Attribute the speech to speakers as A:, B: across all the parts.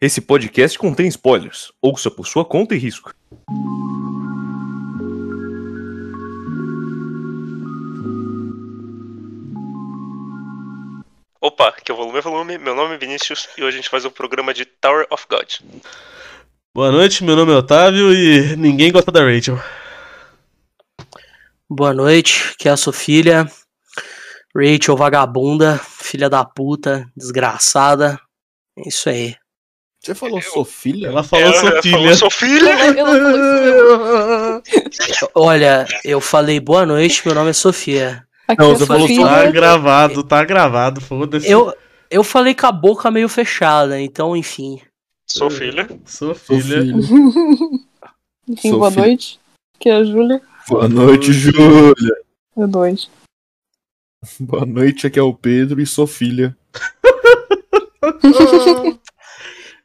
A: Esse podcast contém spoilers. Ouça por sua conta e risco.
B: Opa, que é o volume é volume. Meu nome é Vinícius e hoje a gente faz um programa de Tower of God.
C: Boa noite, meu nome é Otávio e ninguém gosta da Rachel.
D: Boa noite, que é a sua filha. Rachel, vagabunda, filha da puta, desgraçada. É isso aí.
E: Você falou sua filha?
C: Ela falou sua filha.
B: É, Falou, sou filha.
F: Ela- ela falou isso mesmo.
D: Olha, eu falei boa noite, meu nome é Sofia.
F: Aqui
C: Não,
F: é
C: você
F: sua
C: falou
F: filha.
C: tá gravado, tá gravado, foda-se.
D: Eu, eu falei com a boca meio fechada, então enfim.
B: Sou filha.
C: Sou
E: Sua
C: filha.
E: filha.
F: Enfim,
E: Sou
F: boa
E: filha.
F: noite. Aqui é a Júlia.
E: Boa noite, Júlia.
F: Boa noite.
E: Boa noite, aqui é o Pedro e sua filha.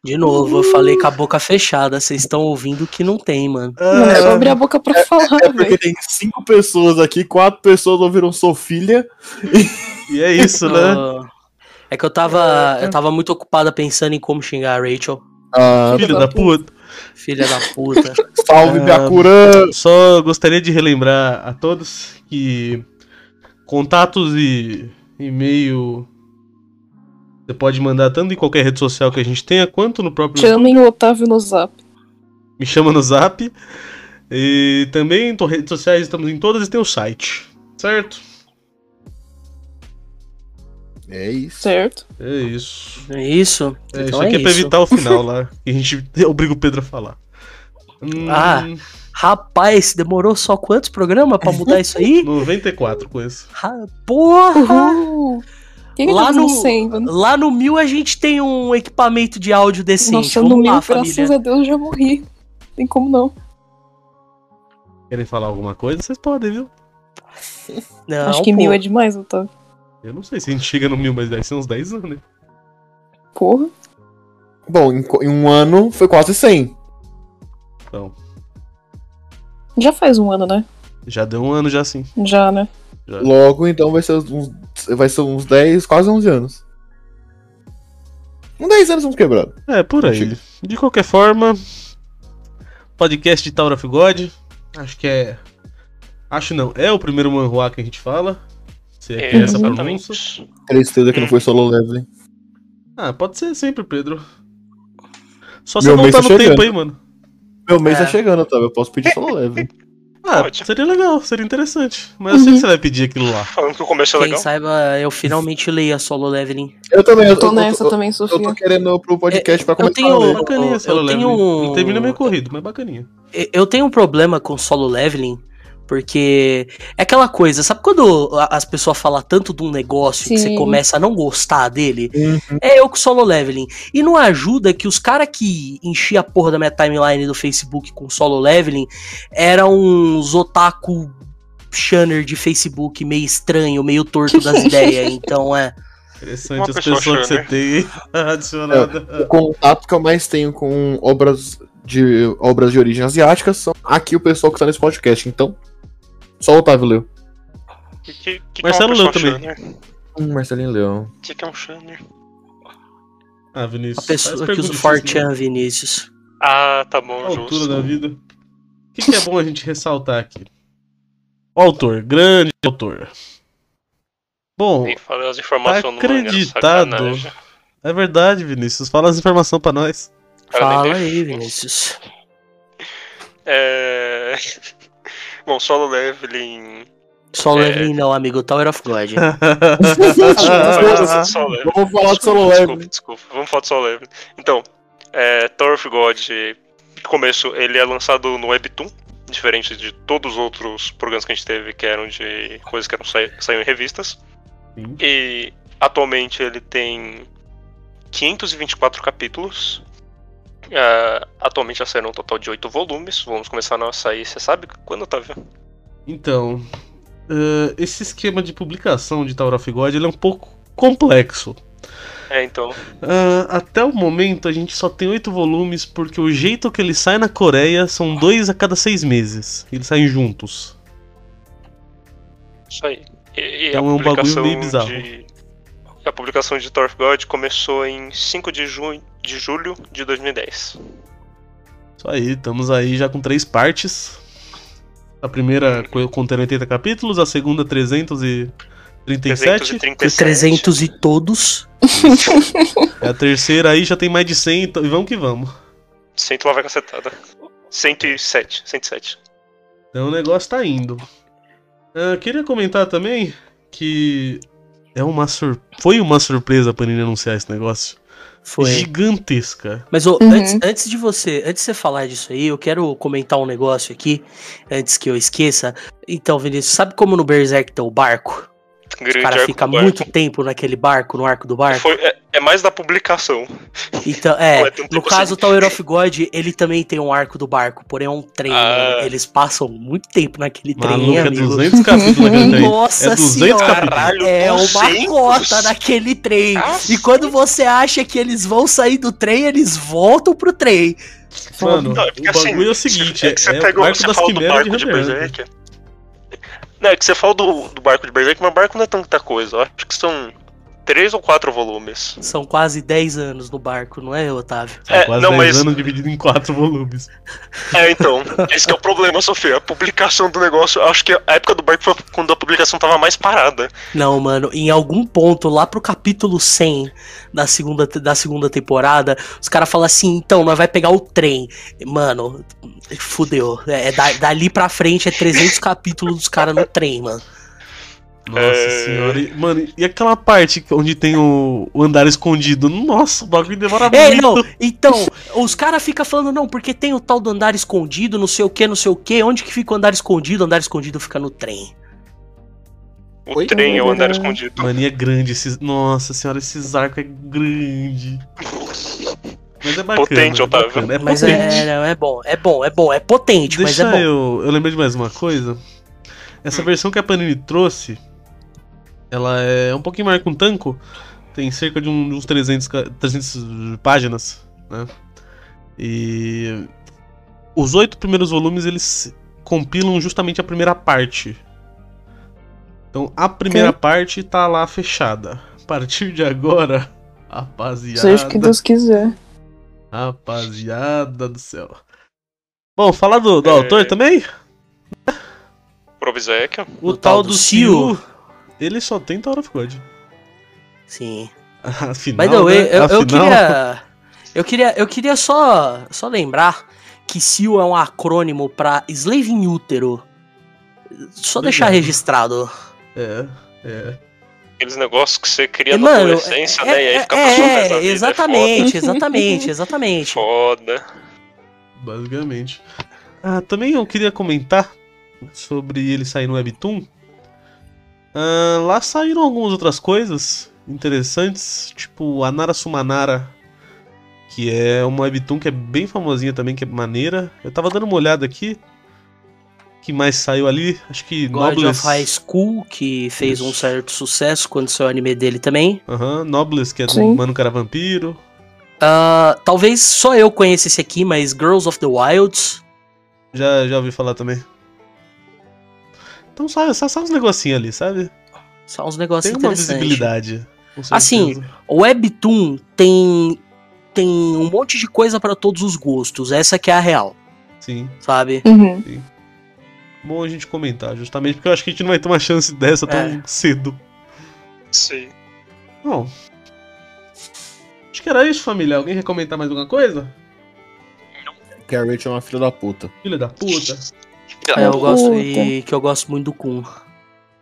D: De novo, eu falei com a boca fechada. Vocês estão ouvindo o que não tem, mano.
F: Mano, é só
C: Ah,
F: abrir a boca pra falar,
E: É porque
F: velho.
E: tem cinco pessoas aqui, quatro pessoas ouviram sua filha.
C: e é isso, né?
D: Ah, É que eu tava. Eu tava muito ocupada pensando em como xingar a Rachel.
E: Ah,
C: Filha da puta.
D: Filha da puta.
E: salve,
C: Ah.
E: Biakura!
C: Só gostaria de relembrar a todos que contatos e e-mail você pode mandar tanto em qualquer rede social que a gente tenha, quanto no próprio
F: Chamem o Otávio no zap.
C: Me Chama no Zap. E também em to- redes sociais estamos em todas e tem o site. Certo?
E: É isso.
F: Certo?
C: É isso.
D: É isso?
C: É,
D: então
C: isso
D: é
C: aqui é, pra
D: isso.
C: evitar o final lá. Que a gente obriga o Pedro a falar. Hum,
D: Ah. Rapaz, demorou só quantos programas pra mudar isso aí?
C: 94 com isso.
D: Ra-
F: Uhum.
D: Porra!
F: Uhul. Quem que
D: Lá
F: tá
D: no-
F: fazendo 100, mano?
D: Lá no mil a gente tem um equipamento de áudio decente.
F: Nossa,
D: Vamos
F: no meu,
D: lá,
F: graças
D: família.
F: a Deus, eu já morri. Tem como não.
C: Querem falar alguma coisa? Vocês podem, viu?
D: Não,
F: Acho que
D: pô.
F: mil é demais, Otávio.
C: Eu não sei se a gente chega no mil, mas deve ser uns 10 anos, né?
F: Porra.
E: Bom, em, co- em um ano foi quase 100.
C: Então,
F: Já faz um ano, né?
C: já deu um ano já sim.
F: Já, né?
E: Logo, então, vai ser uns, vai ser uns 10, quase 11 anos. Uns 10 anos vamos quebrado.
C: É, por aí.
E: Chega.
C: De qualquer forma, podcast de Tower of God. Acho que é. Acho não, é o primeiro manhua que a gente fala. Se é que é essa pronúncia.
B: Exatamente.
E: 3 T que não foi solo leveling.
C: Ah, pode ser sempre, Pedro. Só você
E: Meu
C: voltar
E: mês tá
C: no tempo
E: chegando.
C: aí, mano.
E: Meu mês
D: É.
E: tá chegando, Otávio. Eu posso pedir solo leveling.
C: Ah,
B: Pode.
C: seria legal, seria interessante. Mas
D: Uhum.
C: eu sei que você vai pedir aquilo lá.
B: Falando que o começo é
D: Quem
B: legal.
D: saiba, eu finalmente leio a solo leveling.
E: Eu também. Eu
F: Tô nessa
E: eu,
F: também,
E: eu, eu tô
F: Sofia.
E: querendo pro podcast pra
D: Eu
E: começar
D: tenho,
E: a ler.
C: Bacaninha, se ela
D: eu,
C: leva.
D: tenho
C: Não termina meio
D: um,
C: corrido, mas bacaninha.
D: eu tenho um problema com solo leveling, porque é aquela coisa, sabe quando a- as pessoas falam tanto de um negócio que você
F: Sim.
D: começa a não gostar dele?
E: Uhum.
D: É eu com solo leveling. E não ajuda que os caras que enchia a porra da minha timeline do Facebook com solo leveling eram uns otaku shanner de Facebook meio estranho, meio torto das ideias. Então é.
C: Interessante
B: Uma
C: as
B: pessoa
C: pessoas que você
B: chora.
C: tem aí
E: O
C: adicionada.
E: contato que eu mais tenho com obras de obras de origem asiática são aqui o pessoal que tá nesse podcast, então. Só o Otávio leu.
B: Que, que, que
C: Marcelo
B: que é uma
C: leu
B: pessoa
C: também.
B: Shunner?
E: Hum, Marcelinho leu.
B: O que, que é um Shunner?
C: Ah, Vinícius.
D: A
C: faz
D: pessoa que
C: pergunta
D: usa é. o
C: difícil, né?
D: Fortean, Vinícius.
B: Ah, tá
C: A
B: bom,
C: altura
B: justo.
C: da vida. O que, que é bom a gente ressaltar aqui? O autor, grande autor. Bom,
B: Nem falei as informações
C: Tá
B: no
C: acreditado.
B: mangá, sacanagem.
C: é verdade, Vinícius. Fala as informações pra nós.
B: O cara nem
D: Fala
B: leu.
D: aí, Vinícius.
B: É... Bom, solo leveling.
D: Solo
B: É.
D: leveling não, amigo. Tower of God.
C: Ah,
B: Vamos
C: Não,
B: solo leveling.
E: Vamos falar
B: Desculpa,
E: de solo
B: Desculpa,
E: leveling.
B: desculpa. Vamos falar de Solo Leveling. Então, é, Tower of God, no começo, ele é lançado no Webtoon, diferente de todos os outros programas que a gente teve que eram de coisas que eram sa saíam em revistas.
C: Sim.
B: E atualmente ele tem 524 capítulos. É, atualmente já saíram um total de 8 volumes. Vamos começar a sair, você sabe quando, tá vendo?
C: Então, eh, esse esquema de publicação de Tower of God ele é um pouco complexo.
B: É, então.
C: Ah, até o momento a gente só tem oito volumes porque o jeito que ele sai na Coreia são dois a cada seis meses. Eles saem juntos.
B: Isso aí. E, e
C: Então
B: a
C: é um bagulho
B: publicação
C: meio bizarro.
B: De... A publicação de Tower of God começou em 5 de junho de julho de 2010.
C: Isso aí, estamos aí já com três partes. A primeira co- contendo 80 capítulos, a segunda 337,
B: 337.
D: 300 e todos.
C: a terceira aí já tem mais de 100, então, e vamos que vamos.
B: Senta lá vai cacetada. 107, 107.
C: Então o negócio tá indo. Ah, queria comentar também que é uma sur... foi uma surpresa a Panini anunciar esse negócio.
D: Foi.
C: Gigantesca.
D: Mas ô,
F: Uhum.
D: antes, antes de você, antes de você falar disso aí, eu quero comentar um negócio aqui, antes que eu esqueça. Então, Vinícius, sabe como no Berserk tem o barco?
B: Grande
D: O cara
B: arco
D: fica
B: do barco.
D: muito tempo naquele barco, no arco do barco.
B: Foi- é, é mais da publicação.
D: Então, é,
B: Não, é tão
D: no
B: tempo
D: caso
B: assim.
D: Tower of God, ele também tem um arco do barco, porém é um trem.
B: Ah.
D: né? Eles passam muito tempo naquele trem,
C: Maluca, é
D: amigo.
C: 200 capítulos naquele trem.
D: Nossa
C: é 200
D: senhora,
B: Caralho,
D: É uma
B: 200?
D: cota naquele trem. E quando você acha que eles vão sair do trem, eles voltam pro trem.
C: Mano,
B: Não, é
C: o
B: porque assim,
C: bagulho é o seguinte, é,
B: que você
C: é
B: pega
C: o
B: o-
C: barco
B: você
C: das
B: fala do
C: quimeras de
B: barco né? de,
C: Hamburgo.
B: Berserk. Não, é que você fala do, do barco de Berserk, mas barco não é tanta coisa. Eu acho que são três ou quatro volumes.
D: São quase 10 anos no barco, não é, Otávio?
C: São
B: É,
C: quase
B: não,
C: 10
B: mas-
C: anos dividido em quatro volumes.
B: É, então, esse que é o problema, Sofia. A publicação do negócio, eu acho que a época do barco foi quando a publicação tava mais parada.
D: Não, mano, em algum ponto, lá pro capítulo 100 da segunda, da segunda temporada, os caras falam assim: então, nós vai pegar o trem. Mano, fudeu. É, é da- dali pra frente é 300 capítulos dos caras no trem, mano.
C: Nossa
B: É.
C: senhora. E, mano, e aquela parte onde tem o, o andar escondido? Nossa, o bagulho demora
D: Ei,
C: muito.
D: não, então, os caras ficam falando, não, porque tem o tal do andar escondido, não sei o que, não sei o que. Onde que fica o andar escondido? O andar escondido fica no trem.
B: O
E: Oi?
B: trem é o andar
D: né?
F: Caralho.
B: escondido.
C: Mano, e é grande. Esses... Nossa senhora, esses arcos é grande. Mas é bacana.
B: Potente,
C: é
B: Otávio.
C: bacana, é
D: Mas
C: potente.
D: é, não, é bom, é bom, é bom, é potente, mas
C: Deixa
D: é bom.
C: eu. Eu lembrei de mais uma coisa. Essa
B: Hum.
C: versão que a Panini trouxe, ela é um pouquinho maior que um tanco. Tem cerca de um- uns 300, ca- 300 páginas, né? E os oito primeiros volumes eles compilam justamente a primeira parte. Então a primeira parte tá lá fechada. A partir de agora, rapaziada.
F: Seja o que Deus quiser.
C: Rapaziada do céu. Bom, falar do, do
B: É.
C: autor também?
B: Pro Berserk.
C: O
D: Do
C: tal do Siu. Ele só tem Tower of God.
D: Sim.
C: Afinal,
D: By the way,
C: né?
D: eu, eu
C: Afinal,
D: queria. Eu queria, eu queria só, só lembrar que SEAL é um acrônimo pra Slave in Útero. Só deixar
C: Obrigado.
D: registrado.
C: É, é.
B: Aqueles negócios que você cria
D: E,
B: na
D: mano,
B: adolescência, né? E aí fica pra sua
D: é,
B: vida. é
D: exatamente, exatamente, exatamente.
B: Foda. foda.
C: Basicamente. Ah, também eu queria comentar sobre ele sair no Webtoon. Ah, lá saíram algumas outras coisas interessantes, tipo a Nara Sumanara, que é uma webtoon que é bem famosinha também, que é maneira. Eu tava dando uma olhada aqui. que mais saiu ali? Acho que
D: God
C: Nobles.
D: of High School, que fez um
C: Isso.
D: certo sucesso quando saiu o anime dele também.
C: Aham, Nobles, que é do
F: Sim.
C: Mano Cara Vampiro.
D: Ah, talvez só eu conheça esse aqui, mas Girls of the Wilds.
C: Já, já ouvi falar também. Então sai, sai, sai uns negocinhos ali, sabe?
D: São uns negócios
C: Tem uma
D: interessantes.
C: visibilidade. com certeza.
D: Assim, O Webtoon tem, tem um monte de coisa pra todos os gostos. Essa que é a real,
C: Sim.
D: sabe?
F: Uhum.
C: Bom a gente comentar, justamente porque eu acho que a gente não vai ter uma chance dessa tão
D: É.
C: cedo.
B: Sim.
C: Bom. Acho que era isso, família. Alguém quer comentar mais alguma coisa?
E: Garrett é uma filha da puta.
C: Filha da puta.
D: É, eu gosto
F: Puta.
D: e que eu gosto muito do Kun.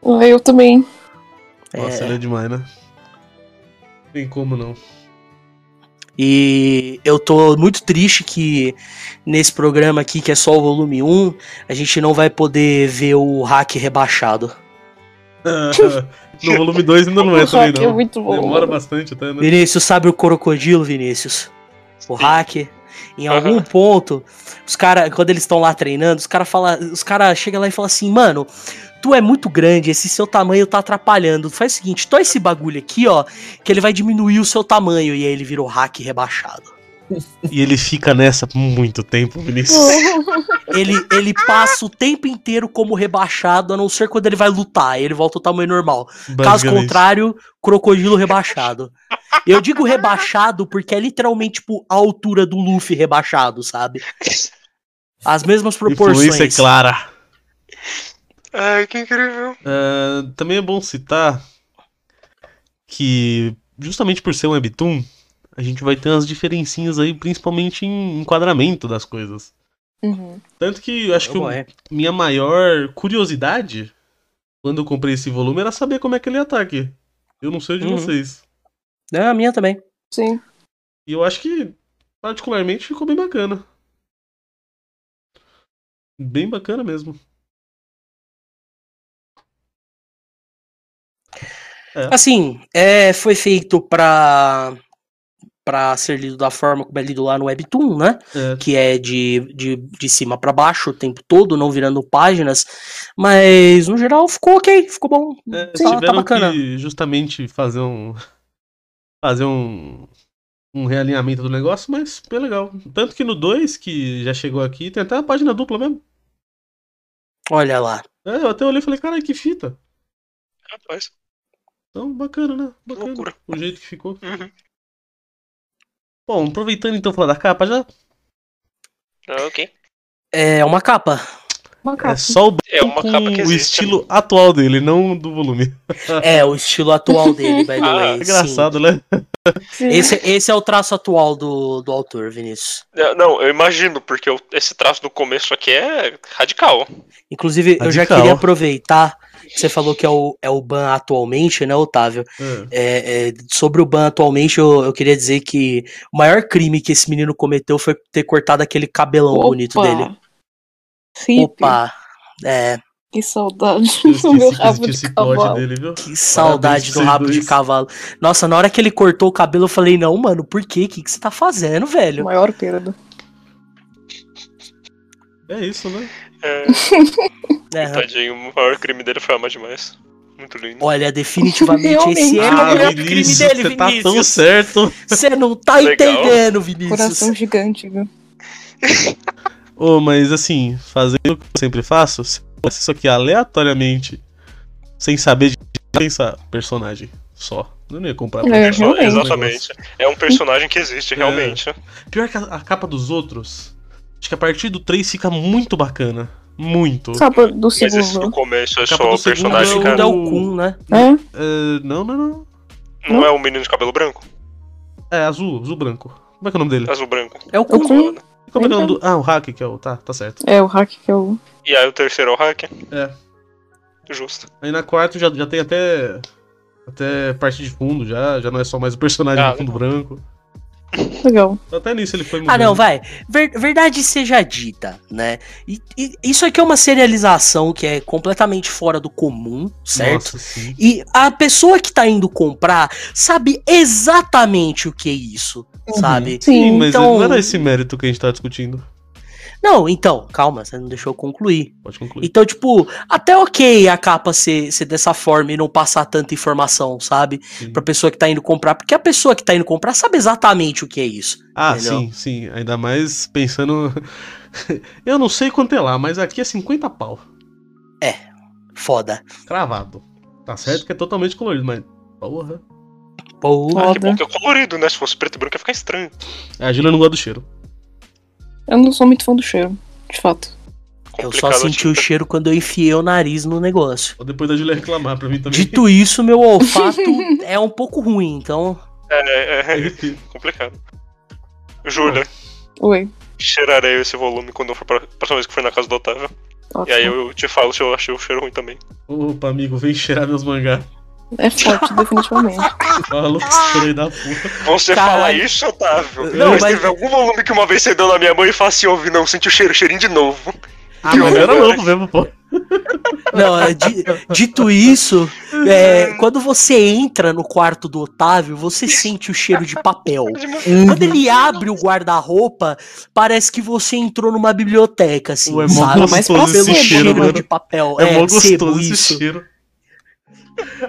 F: Ah, Eu também.
D: É,
C: Nossa, ele é demais, né? Tem como não.
D: E eu tô muito triste que nesse programa aqui, que é só o volume 1, a gente não vai poder ver o hack rebaixado.
C: no volume 2 ainda não é
F: o
C: também,
F: hack é
C: não.
F: muito bom.
C: Demora
F: mano.
C: bastante até, né?
D: Vinícius, sabe o crocodilo, Vinícius? O hack. Em
B: Aham.
D: algum ponto, os caras, quando eles estão lá treinando, os caras fala, os cara chega lá e fala assim, mano, tu é muito grande, esse seu tamanho tá atrapalhando. Faz o seguinte, toma esse bagulho aqui, ó, que ele vai diminuir o seu tamanho. E aí ele virou hack rebaixado.
C: E ele fica nessa por muito tempo, Vinícius.
D: Ele, ele passa o tempo inteiro como rebaixado, a não ser quando ele vai lutar, aí ele volta ao tamanho normal. Caso
C: Basicamente.
D: contrário, crocodilo rebaixado. Eu digo rebaixado porque é literalmente, tipo, a altura do Luffy rebaixado, sabe? As mesmas proporções.
C: Influência clara.
B: Ai, que incrível.
C: Ah, também é bom citar que, justamente por ser um webtoon, a gente vai ter umas diferencinhas aí, principalmente em enquadramento das coisas.
F: Uhum.
C: Tanto que eu acho que o-
D: é.
C: minha maior curiosidade quando eu comprei esse volume era saber como é que ele ia estar aqui. Eu não sei de
D: Uhum.
C: vocês.
D: É, a minha também.
F: Sim.
C: E eu acho que, particularmente, ficou bem bacana. Bem bacana mesmo.
D: Assim, é, foi feito pra, pra ser lido da forma como é lido lá no Webtoon, né?
C: É,
D: que é de, de, de cima pra baixo o tempo todo, não virando páginas. Mas, no geral, ficou ok, ficou bom.
C: É,
D: Sim, tá
C: tiveram
D: bacana.
C: que justamente fazer um. Fazer um. Um realinhamento do negócio, mas bem legal. Tanto que no 2, que já chegou aqui, tem até a página dupla mesmo.
D: Olha lá.
C: É, eu até olhei e falei, caralho, que fita.
B: Rapaz,
C: Então, bacana, né?
B: que
C: Bacana.
B: loucura.
C: O jeito que ficou.
B: Uhum.
C: Bom, aproveitando então falar da capa, já.
B: Ah, ok.
D: É uma capa.
F: Uma
C: É
F: capa.
C: só o
B: É uma
C: com
B: capa que
C: o
B: existe. né?
C: estilo atual dele, não do volume.
D: É o estilo atual dele, by the
B: Ah,
D: way.
C: É
D: sim.
C: engraçado, né?
F: Sim.
D: Esse, esse é o traço atual do, do autor, Vinícius.
B: Não, É, Não, eu imagino, porque eu- esse traço do começo aqui é radical.
D: Inclusive, eu já
C: Radical.
D: queria aproveitar que você falou que é o, é o Ban atualmente, né, Otávio?
C: É.
D: É, é, sobre o Ban atualmente, eu, eu queria dizer que o maior crime que esse menino cometeu foi ter cortado aquele cabelão é bonito
F: Opa.
D: dele.
F: Hip.
D: Opa! É,
F: Que saudade
C: Eu
F: do meu
C: esqueci que
F: rabo de
C: existia esse plot
F: cavalo.
C: dele, viu?
D: que saudade
C: pra
D: do
C: vocês
D: rabo de
C: dois.
D: cavalo. Nossa, na hora que ele cortou o cabelo, eu falei, não, mano, por quê? O que, que você tá fazendo, velho?
F: Maior perda.
C: É isso, né?
B: É,
D: É,
B: tadinho, o maior crime dele foi amar demais. Muito lindo.
D: olha, definitivamente
F: Realmente.
D: esse é o
F: Ah,
D: maior crime dele,
C: você tá tão
D: Vinícius.
C: certo.
D: Você não tá
B: Legal.
D: entendendo, Vinícius.
F: Coração gigante, viu?
C: Ô, mas assim, fazendo o que eu sempre faço, se eu faço isso aqui aleatoriamente, sem saber de pensar personagem só. Eu não ia comprar. pra
F: É,
C: comprar.
B: Só-
F: realmente.
B: Exatamente. É um personagem que
D: É.
B: existe, realmente.
C: Pior que a, a capa dos outros, acho que a partir do 3 fica muito bacana. Muito.
F: Capa do
B: Mas esse do
F: segundo.
B: começo é
C: A capa
B: só
C: do
B: o
C: segundo então-
D: O
B: personagem,
D: segundo
B: cara.
D: é o Kun, né?
F: É?
C: É, não, não, não.
B: Não é o menino de cabelo branco?
C: É azul, azul branco. Como é que é o nome dele?
B: Azul branco.
D: É o
F: O
D: Kun.
F: Kun
C: Como é que é o
D: Então.
C: nome do. Ah, o Hack, que é o. Tá, tá certo.
F: é o hack que é o.
B: E aí o terceiro é o hacker?
C: É.
B: Justo.
C: Aí na quarta já, já tem até. Até parte de fundo já. Já não é só mais o personagem
B: Ah,
C: do fundo branco.
F: Legal.
C: Até nisso ele foi
D: Ah, não,
C: mudando.
D: vai. Ver- verdade seja dita, né? E, e isso aqui é uma serialização que é completamente fora do comum, certo?
C: Nossa, sim.
D: E a pessoa que tá indo comprar sabe exatamente o que é isso, sabe?
C: Sim,
F: Sim.
C: mas
D: então-
C: não era esse mérito que a gente tá discutindo.
D: Não, então, calma, você não deixou eu concluir.
C: Pode concluir.
D: Então, tipo, até ok a capa ser, ser dessa forma e não passar tanta informação, sabe?
C: Sim.
D: Pra pessoa que tá indo comprar. Porque a pessoa que tá indo comprar sabe exatamente o que é isso.
C: Ah,
D: melhor.
C: sim, sim. Ainda mais pensando. Eu não sei quanto é lá, mas aqui é 50 pau.
D: Foda.
C: Cravado. Tá certo que é totalmente colorido, mas. Porra.
D: Porra.
B: Ah, que
F: Foda.
B: bom que é colorido, né? Se fosse preto e branco ia ficar estranho.
C: A Júlia não gosta do cheiro.
F: Eu não sou muito fã do cheiro, de fato.
C: É
D: Eu só
B: a
D: senti o
B: tinta.
D: cheiro quando eu enfiei o nariz no negócio.
C: Ou depois da Júlia reclamar pra mim também.
D: Dito isso, meu olfato é um pouco ruim, então.
B: É, é, é complicado. Júlia,
F: Oi.
B: cheirarei esse volume quando eu for pra próxima vez que for na casa do Otávio. E aí eu te falo se eu achei o cheiro ruim também.
C: Opa, amigo, vem cheirar meus mangá.
F: É forte, definitivamente.
C: Fala que estranho da porra.
B: Você
D: Caralho.
B: fala isso, Otávio?
D: Não,
B: mas,
D: mas-
B: teve algum volume que uma vez você deu na minha mãe e falou assim, ouvi não, senti o cheiro, cheirinho de novo.
C: Ah, mas eu era louco mesmo, pô.
D: Não, é, di- dito isso, é, quando você entra no quarto do Otávio, você sente o cheiro de papel. Quando ele abre o guarda-roupa, parece que você entrou numa biblioteca, assim,
C: Ué, mó
D: sabe?
C: gostoso
D: Mas pelo
F: esse cheiro,
D: cheiro
C: mano.
D: de papel.
C: É, mó
D: sebo,
C: gostoso esse
D: tipo isso.
C: cheiro.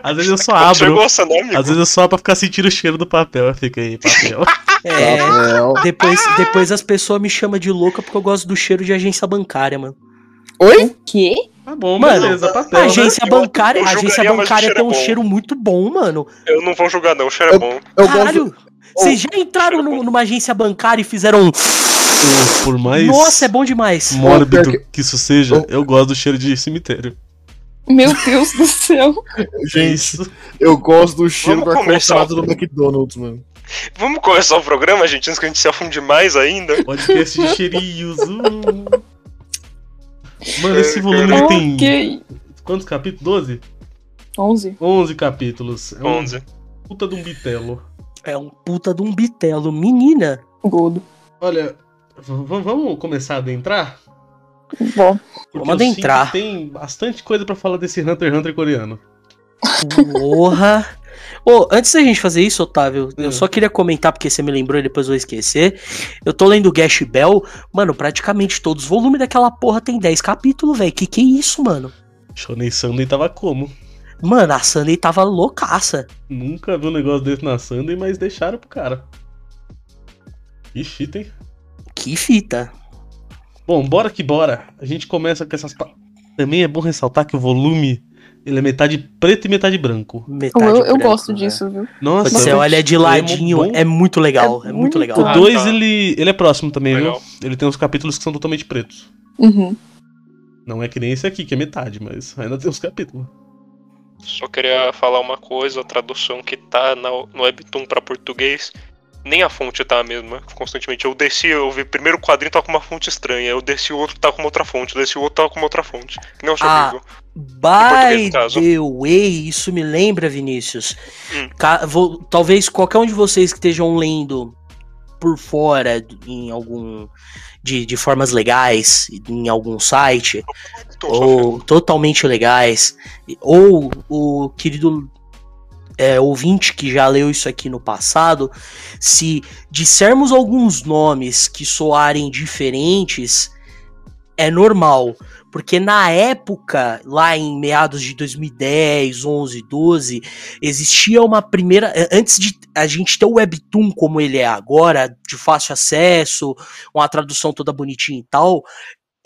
C: Às vezes eu só
B: Você
C: abro.
B: gosta, né, amigo?
C: Às vezes eu só abro pra ficar sentindo o cheiro do papel. Eu fico aí, papel.
D: É,
E: Papel.
D: depois, depois as pessoas me chamam de louca porque eu gosto do cheiro de agência bancária, mano.
E: Oi?
F: Que?
C: Tá bom,
D: Mano,
C: beleza,
D: A
C: papel. né?
D: agência
B: eu- eu
D: bancária, a agência
B: julgaria, mas o
D: bancária
B: cheiro
D: tem
B: é
D: um
B: bom.
D: cheiro muito bom, mano.
B: Eu não vou julgar, não. O cheiro é bom.
E: Eu gosto.
D: Caralho, vocês já entraram num- numa agência bancária e fizeram um.
C: Por- Por mais
D: Nossa, é bom demais.
C: mórbido
E: Pior que-
C: que isso seja,
E: Oh.
C: eu gosto do cheiro de cemitério. É
F: Meu Deus do céu.
E: Gente,
C: Isso.
E: eu gosto do cheiro do
B: Vamos começar.
E: ar-condicionado do McDonald's, mano.
B: Vamos começar o programa, gente, antes que a gente se afunde mais ainda.
C: Podcast de cheirinhos. uh. Mano, esse
B: É,
C: volume ele tem
F: Ok.
C: quantos capítulos? 12?
F: 11.
C: 11 capítulos. É um
B: 11.
C: puta de um bitelo.
D: É um puta de um bitelo. Menina.
F: Gordo.
C: Olha, v- v- vamos começar a adentrar?
F: Bom.
C: Porque
D: Vamos
C: eu sinto que
D: adentrar.
C: Tem bastante coisa pra falar desse Hunter x Hunter coreano.
D: Porra. Ô, antes da gente fazer isso, Otávio, eu
C: Hum.
D: só queria comentar, porque você me lembrou e depois eu vou esquecer. Eu tô lendo Gash Bell. Mano, praticamente todos os volumes daquela porra tem 10 capítulos, velho. Que que é isso, mano?
C: Shonen Sunday tava como?
D: Mano, a Sunday tava loucaça.
C: Nunca vi um negócio desse na Sunday, mas deixaram pro cara. Que fita, hein?
D: Que fita.
C: Bom, bora que bora. A gente começa com essas. pa- Também é bom ressaltar que o volume ele é metade preto e metade branco.
D: Metade
F: Eu, eu
D: branco,
F: gosto
D: né?
F: disso, viu?
C: Nossa,
D: Quando você
F: Bastante.
D: olha de
C: É
D: ladinho,
C: bom.
D: é muito legal. É, muito legal.
C: o
F: Ah,
C: 2
B: tá.
C: ele, ele é próximo também,
B: Legal.
C: viu? Ele tem uns capítulos que são totalmente pretos.
F: Uhum.
C: Não é que nem esse aqui, que é metade, mas ainda tem uns capítulos.
B: Só queria falar uma coisa, a tradução que tá na, no Webtoon pra português, nem a fonte tá a mesma, constantemente. Eu desci, eu vi primeiro o quadrinho tá com uma fonte estranha, eu desci o outro tá com uma outra fonte, eu desci o outro tá com uma outra fonte. Que negócio
D: Ah,
B: horrível.
D: By
B: português, no caso.
D: the way, isso me lembra, Vinícius.
B: Hum.
D: Ca- vou- talvez qualquer um de vocês que estejam lendo por fora d- em algum de, de formas legais em algum site
B: Tô sofrendo.
D: ou totalmente legais ou o querido é, ouvinte que já leu isso aqui no passado, se dissermos alguns nomes que soarem diferentes, é normal, porque na época, lá em meados de 2010, 11, 12, existia uma primeira. eh, Antes de a gente ter o Webtoon como ele é agora, de fácil acesso, uma tradução toda bonitinha e tal.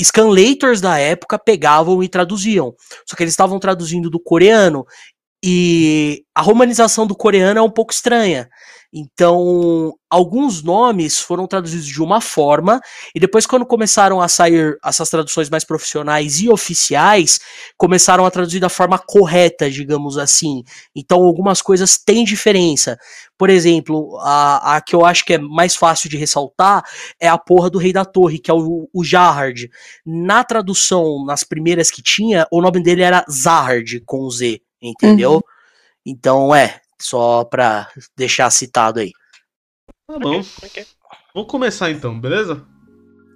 D: Scanlators da época pegavam e traduziam. Só que eles estavam traduzindo do coreano. E a romanização do coreano é um pouco estranha. Então, alguns nomes foram traduzidos de uma forma, e depois, quando começaram a sair essas traduções mais profissionais e oficiais, começaram a traduzir da forma correta, digamos assim. Então, algumas coisas têm diferença. Por exemplo, a, a que eu acho que é mais fácil de ressaltar é a porra do Rei da Torre, que é o, o Jarhard. Na tradução, nas primeiras que tinha, o nome dele era Zahard, com Z, entendeu? Então, é, só pra deixar citado aí.
C: Tá bom.
B: Ok,
C: Vou começar então, beleza?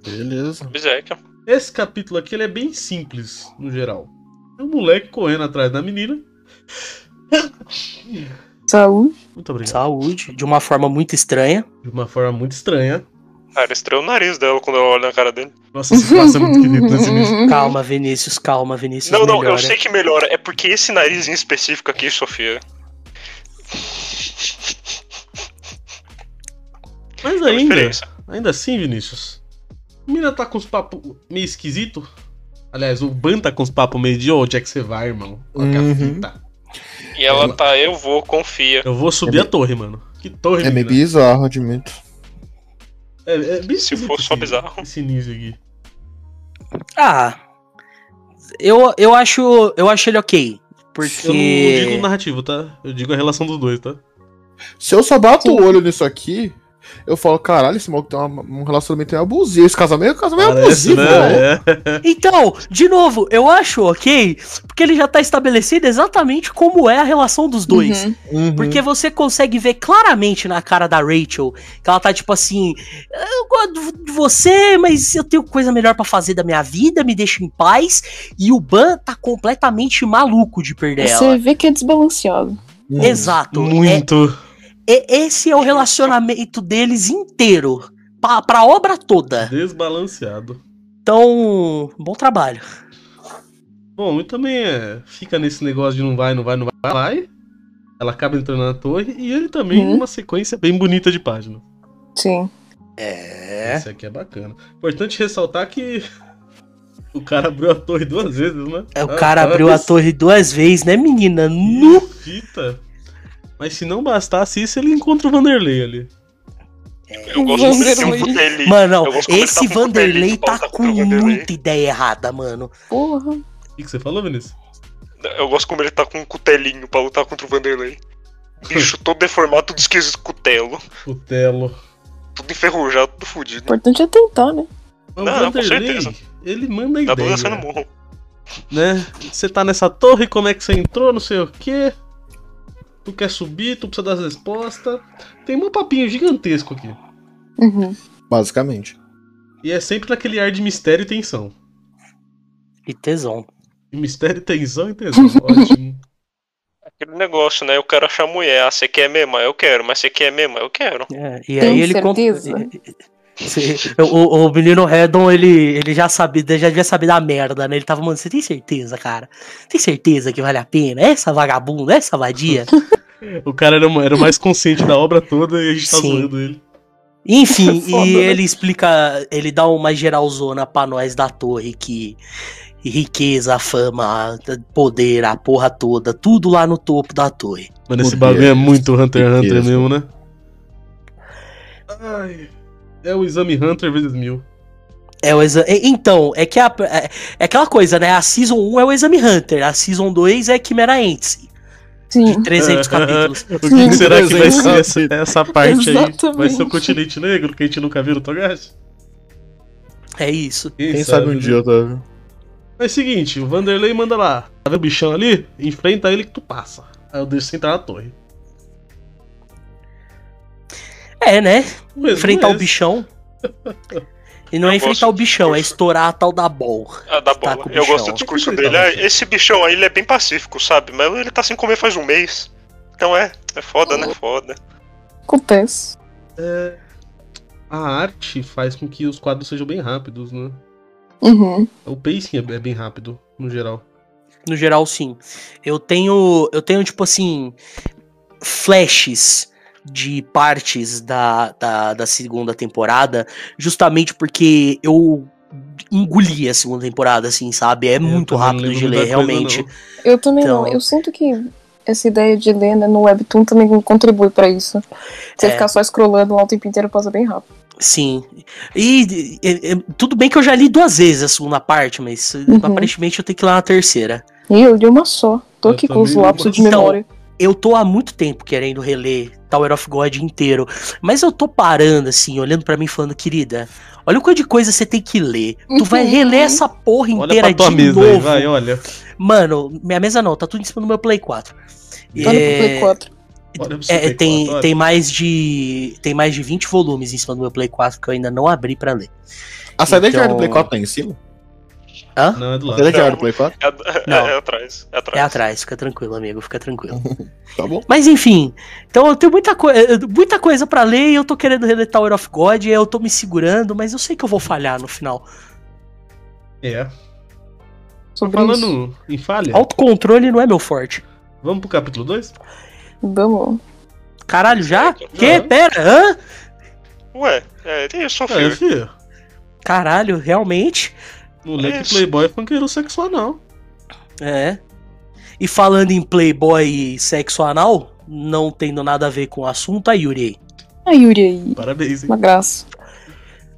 E: Beleza.
B: Bizeca.
C: Esse capítulo aqui ele é bem simples, no geral. É um moleque correndo atrás da menina.
F: Saúde.
C: Muito obrigado.
D: Saúde, de uma forma muito estranha.
C: De uma forma muito estranha.
B: Cara, estranhou o nariz dela quando eu olho na cara dele.
C: Nossa, esse passa muito né? querido nesse vídeo.
D: Calma, Vinícius, calma, Vinícius.
B: não, não, eu
D: melhora.
B: sei que melhora. É porque esse nariz em específico aqui, Sofia.
C: Mas
B: É uma
C: ainda,
B: diferença.
C: ainda assim, Vinícius. A menina tá com os papos meio esquisito. Aliás, o Ban tá com os papos meio de, ô, onde é que você vai, irmão? Qual que é a
E: Uhum.
C: fita?
B: E
D: É.
B: ela tá, eu vou, confia.
C: Eu vou subir a torre, mano. Que torre,
E: É meio
C: menina?
E: bizarro, admito.
C: É, é bem
B: Se
C: esquisito
B: for só
C: esse-
B: bizarro.
C: Esse início aqui.
D: Ah, eu, eu acho eu acho ele ok,
C: Eu não
D: porque...
C: digo narrativo, tá? Eu digo a relação dos dois, tá?
E: Se eu só bato o olho nisso aqui, eu falo, caralho, esse maluco tem uma- um relacionamento meio abusivo. Esse casamento, casamento é
C: Parece,
E: abusivo, velho.
C: né? É.
D: Então, de novo, eu acho ok, porque ele já tá estabelecido exatamente como é a relação dos dois.
F: Uhum.
E: Uhum.
D: Porque você consegue ver claramente na cara da Rachel que ela tá tipo assim: eu gosto de você, mas eu tenho coisa melhor pra fazer da minha vida, me deixa em paz. E o Ban tá completamente maluco de perder
F: Você
D: ela.
F: vê que é desbalanceado.
E: Uhum.
D: Exato. É-
C: Muito.
D: é- esse é o relacionamento deles inteiro. Pra, pra obra toda.
C: Desbalanceado.
D: Então, bom trabalho.
C: Bom, e também é, fica nesse negócio de não vai, não vai, não vai, vai. Ela acaba entrando na torre e ele também
F: Uhum.
C: uma sequência bem bonita de página.
F: Sim.
D: É.
C: é Isso aqui é bacana. Importante ressaltar que O cara abriu a torre duas vezes, né?
D: É, o cara abriu a torre duas vezes, né, menina? Nu!
C: Fita. Mas se não bastasse isso, ele encontra o Vanderlei ali.
B: Eu gosto muito desse
F: Vanderlei.
B: Vanderlei.
D: Mano,
B: Eu gosto quando ele tá
D: esse
B: com o
D: Vanderlei
B: Vanderlei,
D: tá
B: volta pro
D: com
B: Vanderlei.
D: muita ideia errada, mano.
F: Porra.
C: O que, que você falou, Vinícius?
B: Eu gosto como ele tá com um cutelinho pra lutar contra o Vanderlei. Bicho todo deformado, tudo esquisito, cutelo.
C: Cutelo.
B: Tudo enferrujado, tudo fudido.
F: O importante é tentar, né?
C: Mas
B: Não,
C: o
B: não, com
C: Vanderlei,
B: certeza.
C: ele manda
B: Tá
C: ideia,
B: balançando morro.
C: né? Você tá nessa torre, como é que você entrou, não sei o quê. Tu quer subir, tu precisa das respostas. Tem um papinho gigantesco aqui.
F: Uhum.
E: Basicamente.
C: E é sempre naquele ar de mistério e tensão.
D: E tesão.
C: E mistério, tensão e tesão. Ótimo.
B: Aquele negócio, né? O cara acha a mulher. Ah, você quer mesmo? Ah, Eu quero. Mas você quer mesmo? Ah, Eu quero.
D: É, e
F: Tem
D: aí ele comp-
F: certeza?
D: Sim, O, o menino Redon, ele, ele já sabia, já devia saber da merda, né? Ele tava, mano, você tem certeza, cara? Tem certeza que vale a pena? Essa vagabunda, essa vadia?
C: o cara era, o- era o mais consciente da obra toda e a gente tá
D: Sim.
C: zoando ele.
D: Enfim,
F: Foda,
D: e
F: né?
D: ele explica, ele dá uma geralzona pra nós da torre que riqueza, fama, poder, a porra toda, tudo lá no topo da torre.
C: Mano, esse
E: Por
C: bagulho é
E: Deus.
C: muito Hunter x
E: Por
C: Hunter
E: Deus.
C: mesmo, né? Ai. É o exame Hunter vezes mil.
D: É o exa- e- Então, é que a- é, é aquela coisa, né? A Season 1 é o Exame Hunter, a Season 2 é Quimera Ents,
F: Sim.
D: de 300 capítulos.
C: O que, que será que vai ser essa,
E: Exatamente.
C: essa parte aí? Vai ser o
F: Exatamente.
C: continente negro que a gente nunca viu no Togashi?
D: É isso.
E: Quem, sabe, um
C: né?
E: dia, Otávio?
C: Mas é o seguinte, o Vanderlei manda lá. Tá vendo o bichão ali? Enfrenta ele que tu passa. Aí eu deixo você entrar na torre.
D: É, né?
C: O resumo
D: enfrentar
C: é
D: o
C: esse.
D: bichão. E não é
B: Eu
D: enfrentar
B: gosto
D: o bichão, é
B: disso.
D: estourar a tal da bol.
B: Ah, dá
D: Que tá
B: bola.
D: com o
B: Eu
D: bichão.
B: gosto do discurso
C: Que
B: dele.
C: legal,
B: Ah,
C: cara.
B: esse bichão aí, ele é bem pacífico, sabe? Mas ele tá sem comer faz um mês. Então é. É foda, né? Foda.
F: Acontece.
C: É, A arte faz com que os quadros sejam bem rápidos, né?
F: Uhum.
C: O pacing é é bem rápido, no geral.
D: No geral, sim. Eu tenho, eu tenho tipo assim, flashes de partes da, da, da segunda temporada, justamente porque eu engoli a segunda temporada, assim, sabe? É
C: Eu
D: muito
C: também não
D: rápido
C: lembro
D: de
C: muita
D: ler,
C: coisa,
D: realmente.
C: não.
F: Eu também
D: Então-
F: não. Eu sinto que essa ideia de ler né, no Webtoon também contribui pra isso. Você
D: É.
F: ficar só scrollando lá o tempo inteiro passa bem rápido.
D: Sim. E, e- e- tudo bem que eu já li duas vezes a segunda parte, mas
F: Uhum.
D: aparentemente eu tenho que ir lá na terceira.
F: E eu li uma só. Tô
C: Eu
F: aqui com os
C: também li
F: lapsos
C: uma Então,
F: de
D: só.
F: memória.
D: eu tô há muito tempo querendo reler Tower of God inteiro, mas eu tô parando assim, olhando pra mim e falando, querida, olha o quanto de coisa você tem que ler. Tu vai
F: Uhum.
D: reler essa porra
C: Olha
D: inteira
C: pra tua
D: de
C: mesa
D: novo.
C: aí, vai, olha.
D: É, Mano, minha mesa não, tá tudo em cima do meu Play 4.
F: Olha pro Tá Play 4.
C: Olha pro seu
D: É,
C: Play
D: tem,
C: 4, olha.
D: tem mais de tem mais de 20 volumes em cima do meu Play 4 que eu ainda não abri pra ler.
E: A saída de ar
D: Então-
E: do Play 4 tá em cima?
C: Não, é do
E: A
C: lado.
E: saída de
D: um
E: ar do Play 4?
B: É, é-
D: Não.
B: é atrás. É
D: É
B: atrás.
D: atrás, fica tranquilo, amigo, fica tranquilo.
E: Tá bom.
D: Mas enfim, então eu tenho muita, coi- eh, muita coisa pra ler e eu tô querendo reler Tower of God, e eu tô me segurando, mas eu sei que eu vou falhar no final.
C: É.
F: Sobre isso.
C: Falando em falha,
D: Autocontrole não é meu forte.
C: vamos pro capítulo 2?
F: Vamos.
D: Caralho, já?
B: Certo.
D: Que?
C: Não.
D: Pera, hã?
B: Ué, é, tem isso,
C: É,
B: filho.
C: filho.
D: Caralho, realmente?
C: Moleque
B: Isso.
C: playboy é funkeiro sexual, não.
D: É. E falando em playboy e sexo anal, não tendo nada a ver com o assunto, a Yuri.
F: A Ah, Yuri aí.
C: Parabéns, hein? É
F: Uma graça.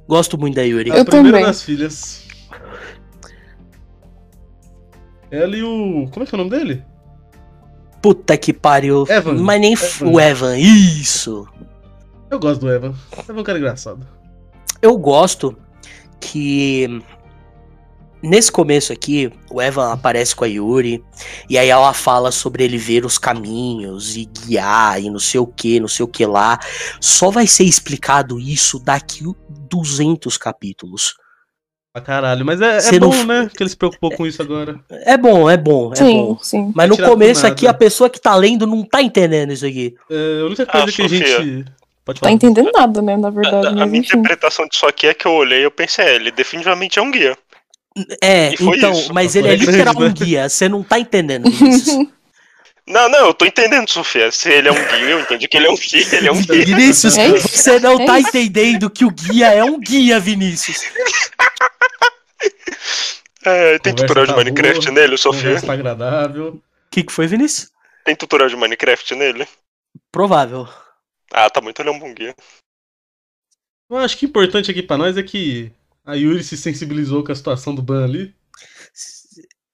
D: Gosto muito da Yuri.
F: Eu
C: a primeira
F: também.
C: das filhas. Ela e o. Como é que é o nome dele?
D: Puta que pariu.
C: Evan.
D: Mas nem f-
C: Evan.
D: o Evan. Isso.
C: Eu gosto do Evan. Evan é um cara engraçado.
D: Eu gosto que nesse começo aqui, o Evan aparece com a Yuri, e aí ela fala sobre ele ver os caminhos e guiar e não sei o que, não sei o que lá. Só vai ser explicado isso daqui 200 capítulos.
C: Pra caralho. Mas é,
D: Você
C: é bom,
D: não-
C: né? Que ele se preocupou com isso agora.
D: É bom, é bom, é
F: sim,
D: bom.
F: sim.
D: Mas no
C: Tirar do
D: começo
C: nada.
D: aqui, a pessoa que tá lendo não tá entendendo isso aqui.
C: É, a única coisa
B: Ah,
C: que a
B: Sofia.
C: gente. Pode
F: Tá
C: falar.
F: entendendo nada, né? Na verdade.
B: A
F: mas
B: minha
F: enfim.
B: interpretação disso aqui é que eu olhei e eu pensei, é, ele definitivamente é um guia.
D: É,
B: E foi
D: então,
B: isso.
D: mas ele
C: Foi
D: é
C: grande,
D: literal
C: né?
D: um guia, você não tá entendendo isso.
B: Não, não, eu tô entendendo, Sofia. Se ele é um guia, eu entendi que ele é um guia, ele é um guia.
D: Vinícius,
F: É isso?
D: você não
F: É
D: tá
F: isso?
D: entendendo que o guia é um guia, Vinícius.
B: É, tem
C: Conversa
B: tutorial de
C: tá
B: Minecraft
C: boa, Uhum.
B: nele, Sofia?
C: Conversa Tá agradável.
D: que, que foi, Vinícius?
B: Tem tutorial de Minecraft nele?
D: Provável.
B: Ah, tá muito ele é um bom guia.
C: Eu acho que o importante aqui pra nós é que a Yuri se sensibilizou com a situação do ban ali.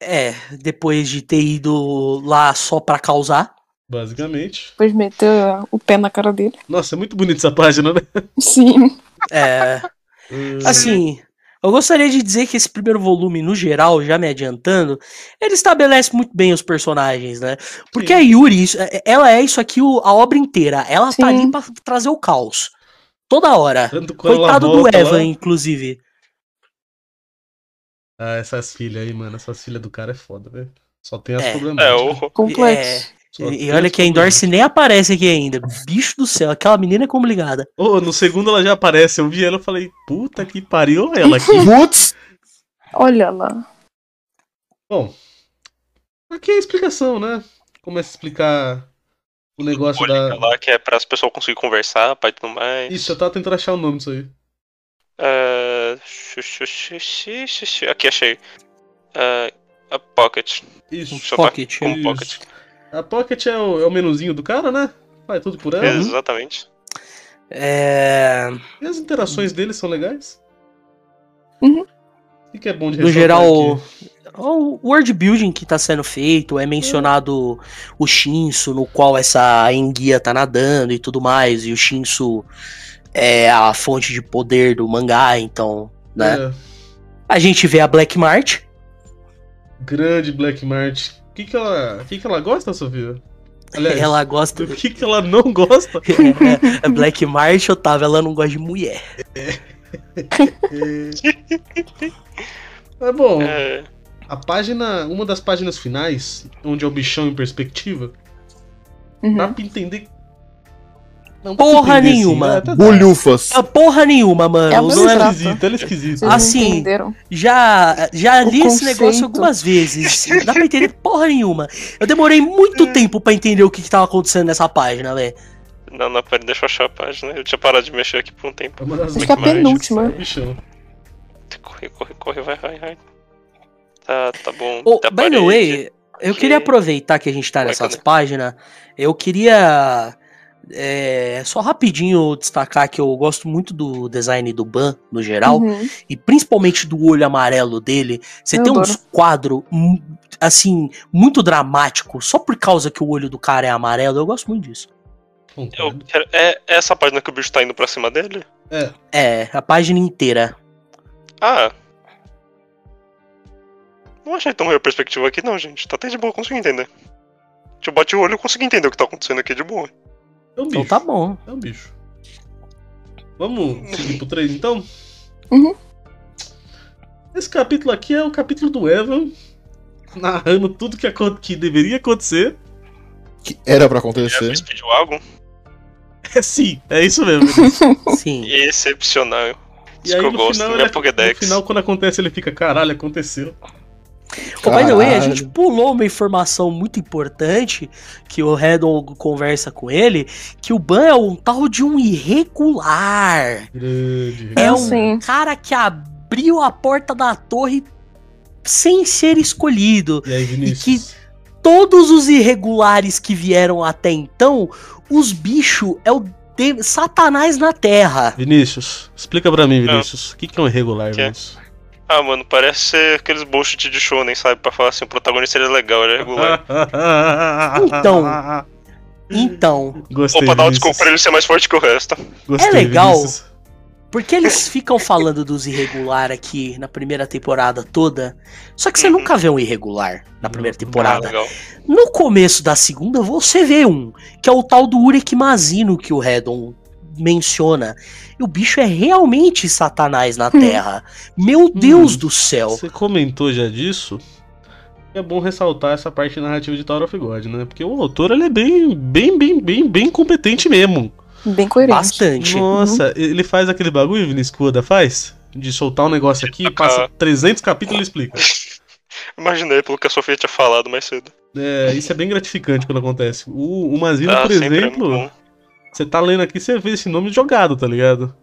D: É, depois de ter ido lá só pra causar.
C: Basicamente.
F: Depois meteu o pé na cara dele.
C: Nossa, é muito bonita essa página, né?
F: Sim.
D: É.
C: Uhum.
D: Assim, eu gostaria de dizer que esse primeiro volume, no geral, já me adiantando, ele estabelece muito bem os personagens, né? Porque
C: Sim.
D: a Yuri, isso- é- ela é isso aqui, o- a obra inteira. Ela tá
F: Sim.
D: ali pra trazer o caos. Toda hora.
C: Tanto quando ela
D: Coitado do
C: volta
D: Evan,
C: lá-
D: inclusive.
C: Ah, essas filhas aí, mano. Essas filhas do cara é foda, velho. Só tem as
D: É.
B: É,
C: problemáticas.
B: o...
F: Complexo.
C: Só
D: E, e
C: tem
D: olha
C: as
D: que é a Endorse nem aparece aqui ainda. Bicho do céu, aquela menina é complicada.
C: Ô, no segundo ela já aparece, eu vi ela e falei, puta que pariu ela aqui.
E: Putz!
F: Olha lá.
C: aqui é a explicação, né? Começa a explicar o negócio
B: Olha
C: da.
B: lá que é pra as pessoas conseguirem conversar, pai e tudo mais.
C: Isso, eu tava tentando achar o nome disso aí.
B: É, xu- xu- xu- xi- xi- xi- Aqui achei. É, a Pocket.
C: Isso.
B: Deixa eu ver.
D: Pocket.
B: Como
C: Isso.
B: É um Pocket.
C: A Pocket é o, é o menuzinho do cara, né? Faz tudo por ela.
B: Exatamente.
D: É,
C: E as interações dele são legais.
F: Uhum.
C: O que que é bom de
D: no
C: ressaltar
D: geral,
C: aqui?
D: o world building que tá sendo feito, é mencionado o Shinsu, no qual essa Enguia tá nadando e tudo mais, e o Shinsu é a fonte de poder do mangá, então, né?
C: É,
D: A gente vê a Black Mart,
C: grande Black Mart. O que, que, ela, o que, que ela gosta, Sofia? Aliás,
D: ela gosta...
C: do que, que ela não gosta?
D: É, a Black Mart, Otávio, ela não gosta de mulher.
C: É bom.
B: É,
C: A página. Uma das páginas finais, onde é o bichão em perspectiva, dá
F: Uhum.
C: pra entender. Não,
D: Porra
C: assim,
D: nenhuma.
E: Bolhufas.
D: É porra nenhuma, mano.
F: É a
D: não
F: Black
D: é-
C: tá, Ela é
F: Mart.
C: esquisita, ela é esquisita.
F: Vocês
D: Assim,
F: não entenderam.
D: Já, já li esse negócio
F: conceito.
D: algumas vezes. Não dá pra entender porra nenhuma. Eu demorei
F: É.
D: muito tempo pra entender o que, que tava acontecendo nessa página, velho.
B: não, não, pera, deixa eu achar a página. Eu tinha parado de mexer aqui por um tempo.
C: É uma das
F: Acho que é a
C: Black Marts,
F: penúltima.
C: é o bichão.
B: Corre, corre, corre, vai, vai, vai. Tá, tá bom.
D: Oh,
B: Tá
D: by the
B: parede.
D: way, eu
B: que-
D: queria aproveitar que a gente tá
B: Vai,
D: nessas
B: cadê?
D: páginas. Eu queria é, só rapidinho destacar que eu gosto muito do design do Ban, no geral,
F: Uhum.
D: e principalmente do olho amarelo dele. Você
F: Eu
D: tem
F: adoro.
D: uns quadros, mu- assim, muito dramático, só por causa que o olho do cara é amarelo. Eu gosto muito disso.
B: Eu
C: Concordo.
B: quero- é, é essa página que o bicho tá indo pra cima dele?
D: É, a página inteira.
B: Ah. Não achei tão ruim a perspectiva aqui, não, gente. Tá até de boa, eu consigo entender. Tipo, eu bati o olho e consegui entender o que tá acontecendo aqui de boa.
C: É um bicho.
D: Então tá bom.
C: É um bicho. Vamos seguir pro 3 então?
F: Uhum.
C: Esse capítulo aqui é o capítulo do Evan narrando tudo que, acon- que deveria acontecer.
E: Que era pra
B: Já
E: acontecer.
B: fez pediu algo
C: É sim, é isso mesmo.
D: Sim.
B: é excepcional.
C: E
B: Isso
C: aí
B: que eu
C: no
B: gosto,
C: final,
B: minha
C: ele-
B: Pokédex.
C: no final, quando acontece, ele fica, caralho, aconteceu.
D: Ô, Oh, by the way, a
E: Caralho.
D: gente pulou uma informação muito importante que o Redon conversa com ele, que o Ban é um tal de um irregular.
C: Grande.
D: É
F: Ah,
D: um
F: sim.
D: cara que abriu a porta da torre sem ser escolhido.
C: E aí, Vinícius?
D: Todos os irregulares que vieram até então, os bichos é o de- Satanás na Terra.
C: Vinícius, explica pra mim, Vinícius. O que, que é um irregular,
B: Ah. Que é?
C: Vinícius?
B: Ah, mano, parece ser aqueles bullshit de shonen, sabe? Pra falar assim, o protagonista ele é legal, ele é
C: Ah,
B: regular.
D: Então, Então,
C: Gostei,
B: Ou pra dar uma
C: Vinícius.
B: desculpa pra ele ser mais forte que o resto.
C: Gostei,
D: É legal.
C: Vinícius.
D: por que eles ficam falando dos irregular aqui na primeira temporada toda? Só que você nunca vê um irregular na primeira
C: Não, não
B: Ah,
D: temporada.
B: legal.
D: No começo da segunda, você vê um, que é o tal do Urek Mazino que o Redon menciona. E o bicho é realmente Satanás na Terra. Meu Deus do céu.
C: Você comentou já disso. É bom ressaltar essa parte narrativa de Tower of God, né? Porque o autor ele é bem, bem, bem, bem, bem competente mesmo.
F: Bem coerente.
D: Bastante.
C: Nossa, ele faz aquele bagulho, Vinícius, que o Oda faz? De soltar um negócio aqui,
B: Ah.
C: passa 300 capítulos e explica.
B: Imaginei pelo que a Sofia tinha falado mais cedo.
C: É, isso é bem gratificante quando acontece. O, o Mazina,
B: Ah,
C: por
B: sempre é muito
C: exemplo,
B: bom.
C: você tá lendo aqui, você vê esse nome jogado, tá ligado?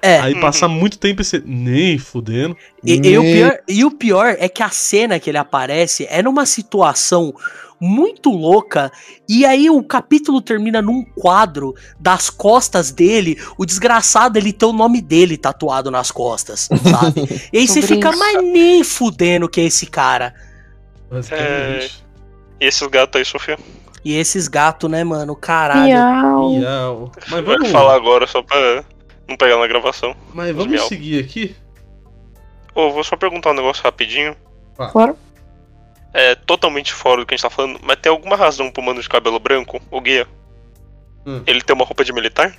D: É.
B: Uhum.
C: Aí passar muito tempo e ser. Nem fudendo.
B: É.
D: E, e o
E: Me-
D: pior, e o pior é que a cena que ele aparece é numa situação muito louca, e aí o capítulo termina num quadro das costas dele, o desgraçado ele tem o nome dele tatuado nas costas, sabe? E aí você
F: Sobre
D: fica,
F: isso.
D: mas nem fudendo que é esse cara.
C: Basicamente.
B: E esses gatos aí, Sofia?
D: E esses gatos, né, mano? Caralho.
F: Miau.
C: Miau. Mas
B: Vai
C: vamos,
B: falar agora só pra não pegar na gravação.
C: mas vamos
B: miau.
C: seguir aqui.
B: Ô, vou só perguntar um negócio rapidinho.
F: Claro.
B: É totalmente fora do que a gente tá falando, mas tem alguma razão pro mano de cabelo branco, o guia?
C: Hum.
B: Ele tem uma roupa de militar?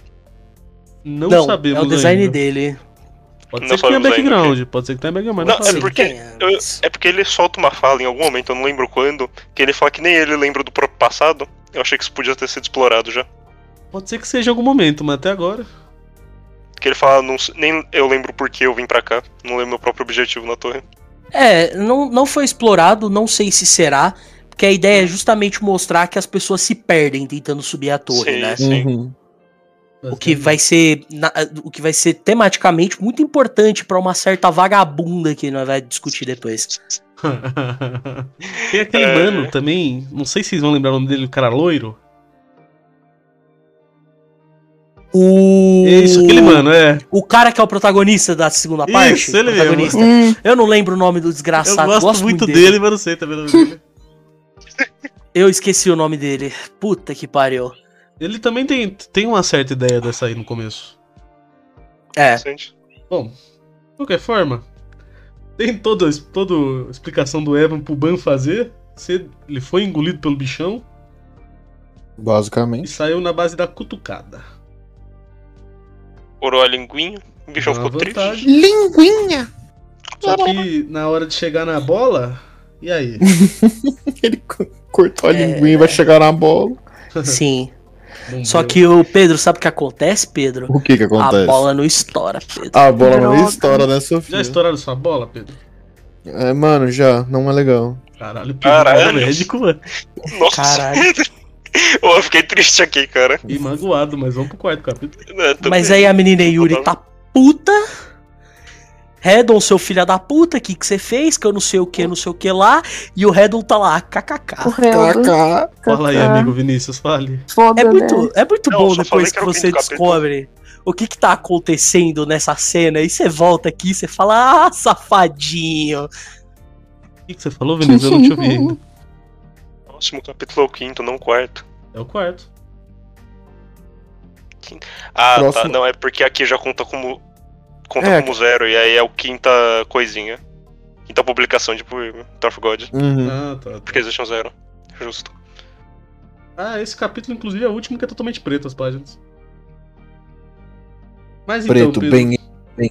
C: Não,
D: Não,
C: sabemos.
D: é o design
C: ainda.
D: dele.
C: Pode
B: Não
C: ser que tenha
B: sabemos ainda,
C: background, pode ser que tenha background, mas não,
B: Não, é
C: sabemos.
B: porque eu- É porque ele solta uma fala em algum momento, eu não lembro quando, que ele fala que nem ele lembra do próprio passado. Eu achei que isso podia ter sido explorado já.
C: Pode ser que seja em algum momento, mas até agora.
B: Que ele fala, não, sei- nem eu lembro por que eu vim pra cá, não lembro meu próprio objetivo na torre.
D: É, não, não foi explorado, não sei se será, porque a ideia é justamente mostrar que as pessoas se perdem tentando subir a torre,
B: Sim,
D: né?
B: sim.
E: Uhum.
D: O que vai ser na- o que vai ser tematicamente muito importante pra uma certa vagabunda que nós vai discutir depois.
C: Tem aquele
B: É.
C: mano também, não sei se vocês vão lembrar o nome dele, o cara loiro.
D: O
C: É isso, aquele mano, é.
D: O cara que é o protagonista da segunda
C: Isso,
D: parte,
C: ele mesmo.
D: protagonista.
F: Hum,
D: Eu não lembro o nome do
C: Eu
D: desgraçado,
C: gosto, muito dele, mas não sei também o nome dele.
D: Eu esqueci o nome dele. Puta que pariu.
C: Ele também tem, tem uma certa ideia dessa aí no começo.
D: É.
B: Interessante.
C: De qualquer forma, tem toda, toda a explicação do Evan pro Ban fazer. Se ele foi engolido pelo bichão e
E: Basicamente.
C: saiu na base da cutucada.
B: Orou a linguinha, o bichão
C: Uma
B: ficou
C: vantagem.
B: triste.
E: Linguinha!
C: Só que na hora de chegar na bola, e aí?
E: Ele c- cortou a
D: É.
E: linguinha e vai chegar na bola.
D: Sim.
C: Não
D: Só
C: deu.
D: que o Pedro, sabe o que acontece, Pedro?
E: O que que acontece?
D: A bola não estoura, Pedro.
E: A bola não
F: Droga.
E: estoura, né,
C: Já
E: Sofia?
C: estouraram sua bola, Pedro?
E: É, mano, já. Não é legal.
C: Caralho, Pedro
B: Caralho.
C: é médico, mano.
B: Nossa,
D: Caralho.
B: Ô, eu fiquei triste aqui, cara.
C: E magoado, mas vamos pro quarto capítulo.
B: É, também.
D: Mas aí a menina Yuri tá puta. Redon, seu filho da puta, o que que você fez? Que eu não sei o que, não sei o que lá. E o Redon tá lá,
F: o
D: kkk.
F: réu do
E: Kaká.
C: Fala aí,
E: Tá.
F: Kaká.
C: amigo Vinícius, fale.
F: Foda,
D: É
F: né?
D: muito, é muito
B: Não,
D: bom
B: só falei
D: depois
B: que
D: que
B: era o fim
D: você
B: do capítulo.
D: descobre o que que tá acontecendo nessa cena. E você volta aqui e você fala, ah, safadinho.
C: O que, que você falou, Vinícius? Eu não te ouvi ainda.
B: Próximo capítulo é o quinto, não o quarto.
C: É o quarto.
B: Ah, tá.
E: Próximo.
B: Não, é porque aqui já conta como. Conta
E: É.
B: como zero, e aí é o quinta coisinha. Quinta publicação, tipo, Darth God.
E: Uhum.
C: Ah, tá. tá.
B: Porque eles deixam zero. Justo.
C: Ah, esse capítulo, inclusive, é o último que é totalmente preto as páginas. Mas
E: Preto,
C: então, Pedro,
E: bem,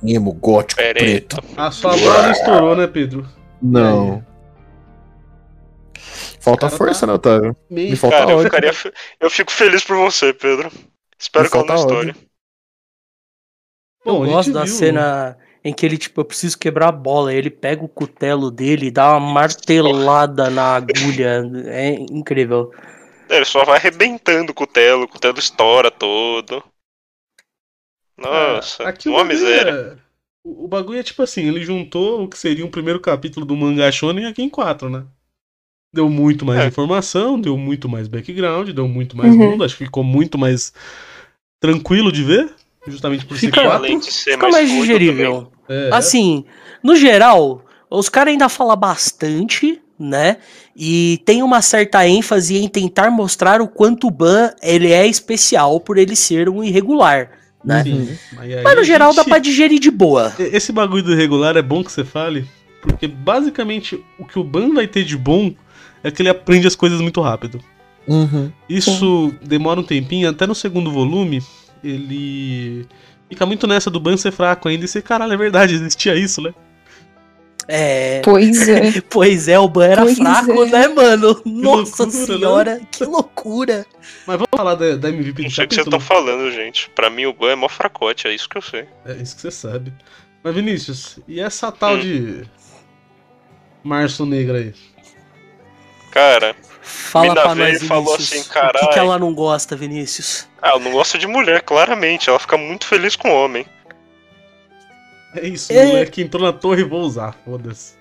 E: bem emo, gótico, preto.
B: Pereto.
C: a sua bola não estourou, né, Pedro?
E: Não. Falta
C: Cara,
E: força,
C: tá-
E: né, Otávio?
C: Meio.
E: Me falta
B: Cara, eu
E: ódio.
B: ficaria. fe- Eu fico feliz por você, Pedro. Espero
E: Me
B: que ela não
E: falta
B: estoure.
C: Bom, a
D: eu
C: gente
D: gosto da
C: viu.
D: cena em que ele, tipo, eu preciso quebrar a bola. Ele pega o cutelo dele e dá uma martelada na agulha. É incrível.
B: É, Ele só vai arrebentando o cutelo, o cutelo estoura todo.
E: É,
B: Nossa,
C: Ah, aqui o
B: uma
C: bagulho
B: miséria.
C: é- O o bagulho é tipo assim, ele juntou o que seria um primeiro capítulo do mangá shonen aqui em quatro, né? Deu muito mais
B: É.
C: informação, deu muito mais background, deu muito mais
F: Uhum.
C: mundo, acho que ficou muito mais tranquilo de ver, justamente por ser
D: Fica-
C: quatro.
B: Além de ser
D: Fica mais
B: curto
D: digerível.
C: É,
D: Assim, no geral, os caras ainda falam bastante, né? E tem uma certa ênfase em tentar mostrar o quanto o Ban ele é especial por ele ser um irregular, né?
C: Sim. Mas, aí
D: Mas
C: a
D: no geral dá
C: É, gente-
D: pra digerir de boa.
C: Esse bagulho do irregular é bom que você fale, porque basicamente o que o Ban vai ter de bom é que ele aprende as coisas muito rápido.
E: Uhum.
C: Isso demora um tempinho, até no segundo volume, ele fica muito nessa do Ban ser fraco ainda e ser, caralho, é verdade, existia isso, né?
D: É.
F: Pois é.
D: Pois é, o Ban era
F: Pois
D: fraco,
F: é.
D: né, mano? Nossa
C: loucura, né?
D: senhora, que loucura.
C: Mas vamos falar da, da MVP
B: Não tá
C: do
B: sei o é que vocês
C: capítulo?
B: estão falando, gente. Pra mim o Ban é mó fracote, é isso que eu sei.
C: É isso que você sabe. Mas Vinícius, e essa tal
B: Hum.
C: de Março Negra aí?
B: Cara,
D: Fala
B: Mina
D: pra
B: veio
D: nós,
B: e falou
D: Vinícius.
B: assim,
D: o que que
B: "Carai".
D: ela não gosta, Vinícius?
B: ah, eu não gosto de mulher, claramente. Ela fica muito feliz com o homem.
C: É isso, é... moleque entrou na torre e vou usar, foda-se.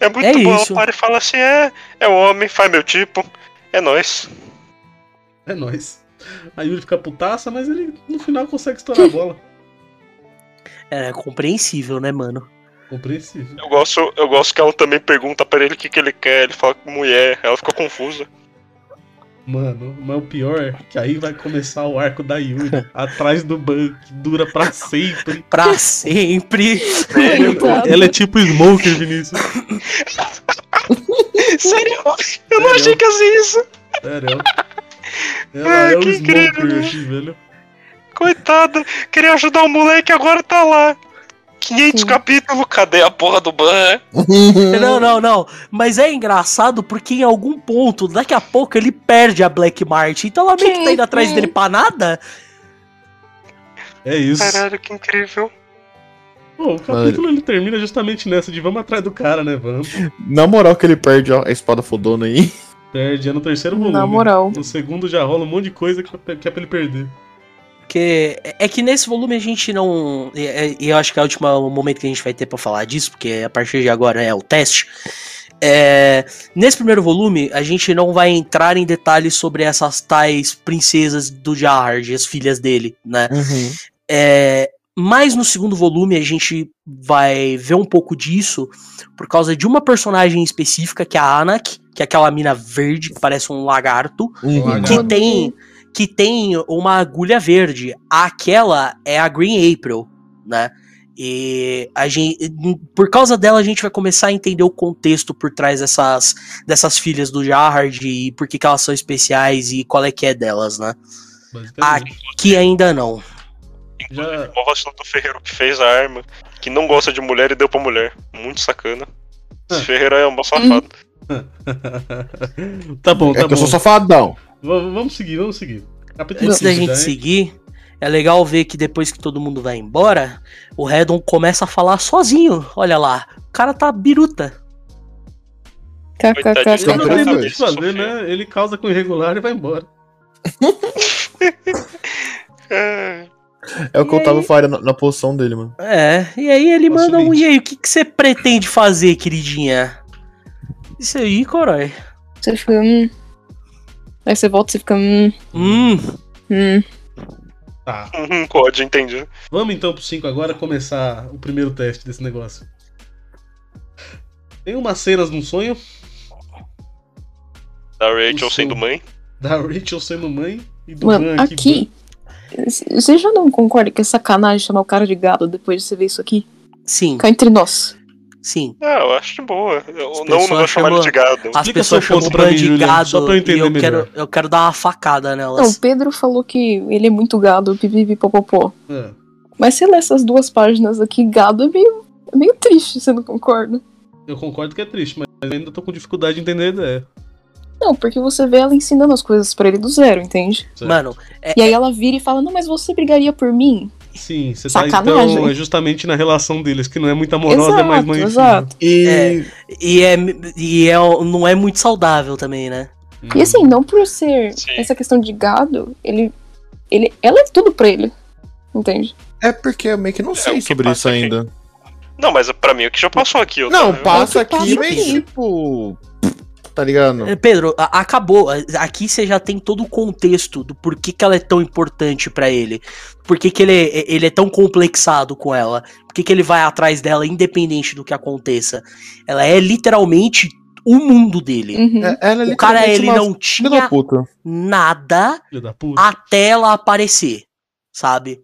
B: É muito
D: É
B: bom,
D: isso.
B: o Mario fala assim, é, é o homem, faz meu tipo, é nóis.
C: É nóis. A Yuri fica putaça, mas ele no final consegue estourar a bola.
D: É compreensível, né, mano?
C: Compreensível.
B: Eu gosto, eu gosto que ela também pergunta pra ele o que, que ele quer, ele fala com mulher, ela fica confusa.
C: Mano, mas o pior é que aí vai começar o arco da Yuri atrás do banco, que dura pra sempre.
D: Pra sempre.
F: Coitado.
C: Ela é tipo Smoker, Vinícius.
B: Sério? Eu não achei que ia ser isso.
C: Sério. Ela é o
B: Ah, que
C: Smoker,
B: incrível.
C: Yoshi, velho.
B: Coitado, queria ajudar o moleque, agora tá lá. 500
F: Sim.
B: capítulos, cadê a porra do ban? né?
D: Não, não, não. Mas é engraçado porque em algum ponto, daqui a pouco, ele perde a Black Mart. Então ela meio que tá indo atrás dele pra nada.
C: É isso.
B: Caralho, que incrível.
C: Pô, o capítulo ele termina justamente nessa de vamos atrás do cara, né? Vamos.
E: Na moral que ele perde ó, a espada fodona aí.
C: Perde, é no terceiro volume.
F: Na moral.
C: No segundo já rola um monte de coisa que que é pra ele perder.
D: Porque é que nesse volume a gente não. E e- e eu acho que é o último momento que a gente vai ter pra falar disso, porque a partir de agora é o teste. É, nesse primeiro volume, a gente não vai entrar em detalhes sobre essas tais princesas do Jahard, as filhas dele, né? É, mas no segundo volume a gente vai ver um pouco disso por causa de uma personagem específica, que é a Anak, que é aquela mina verde que parece um lagarto que
F: Quando-
D: tem que tem uma agulha verde. Aquela é a Green April, né? E a gente, por causa dela a gente vai começar a entender o contexto por trás dessas, dessas filhas do Jarhard e por que, que elas são especiais e qual é que é delas, né?
B: Ah,
C: Basicamente.
D: Que ainda não.
C: Já,
B: O rosto do Ferreiro que fez a arma, que não gosta de mulher e deu pra mulher. Muito sacana. Esse
C: Ah.
B: Ferreiro é um bom
F: Uhum.
B: safado.
C: tá bom,
E: É
C: tá
E: que
C: bom.
E: eu sou safadão.
C: V- vamos seguir, vamos seguir. Capítulo
D: Antes da
C: cinco
D: gente
C: já, hein?
D: seguir, é legal ver que depois que todo mundo vai embora, o Redon começa a falar sozinho. Olha lá, o cara tá biruta.
C: Ele
E: São
C: não
E: três
C: tem
E: dois.
C: muito o
E: vezes,
C: que fazer,
B: Sofia.
C: né? Ele causa com irregular e vai embora.
B: É,
E: É o que
D: E
E: eu tava falando na, na posição dele, mano.
D: É, e aí ele
C: Nosso
D: manda um.
C: lead.
D: E aí, o que que você pretende fazer, queridinha? Isso aí, corói.
F: Você fica. Hum. Aí você volta e você fica. Hum.
D: Hum,
F: Hum.
C: Tá.
B: Uhum, pode, entendi.
C: Vamos então pro 5 agora começar o primeiro teste desse negócio. Tem umas cenas num sonho
B: Da Rachel
C: Isso.
B: sendo mãe.
C: da Rachel sendo mãe e do
F: Mano,
C: Dan
F: aqui. Você já não concorda que é sacanagem chamar o cara de gado depois de você ver isso aqui?
D: sim,
F: Cá entre nós.
D: sim.
B: Ah, eu acho de boa. Eu-
D: As
B: não, não
D: pessoas
B: vou chamar ele de gado.
D: As
C: Explica
D: pessoas
C: seu ponto
D: chamam o
C: pra
D: Bran
C: mim,
D: de
C: Juliano, só
D: gado
C: pra eu
D: e
C: entender
D: eu
C: melhor.
D: quero, eu quero dar uma facada
F: Não, o
D: nelas.
F: Pedro falou que ele é muito gado, pipipipopopó.
C: Ah,
F: Mas você lê essas duas páginas aqui, gado é meio, é meio triste, você não concorda?
C: eu concordo que é triste, mas ainda tô com dificuldade de entender a ideia.
F: Não, porque você vê ela ensinando as coisas pra ele do zero, entende?
C: Certo?
D: Mano, é,
F: E aí ela vira e fala: Não, mas você brigaria por mim?
C: Sim, você tá
F: Sacanagem.
C: então é justamente na relação deles, que não é muito amorosa, é mais mãe e filho.
F: exato.
E: E.
D: e, é, e é, não é muito saudável também, né?
C: Hum.
F: E assim, não por ser
B: Sim.
F: essa questão de gado, ele, ele. Ela é tudo pra ele. Entende?
E: É porque eu meio que não
B: o
E: sei
B: que
E: sobre
B: passa
E: isso
B: aqui.
E: ainda.
B: Não, mas pra mim o que já passou aqui. eu
E: Não,
B: tô-
E: passa
F: É o que
E: aqui,
F: passa
E: mas
F: aqui.
E: tipo. Tá ligado?
D: É, Pedro, a- acabou. A- Aqui você já tem todo o contexto do porquê que ela é tão importante pra ele. Por que que ele, é- ele é tão complexado com ela. Por que que ele vai atrás dela, independente do que aconteça. Ela é literalmente o mundo dele.
F: Uhum.
E: É, ela é
D: O cara,
E: literalmente
D: ele
E: uma
D: não
E: filha da
D: tinha
E: puta.
D: nada
C: Filho da puta.
F: Ah.
D: até ela aparecer, sabe?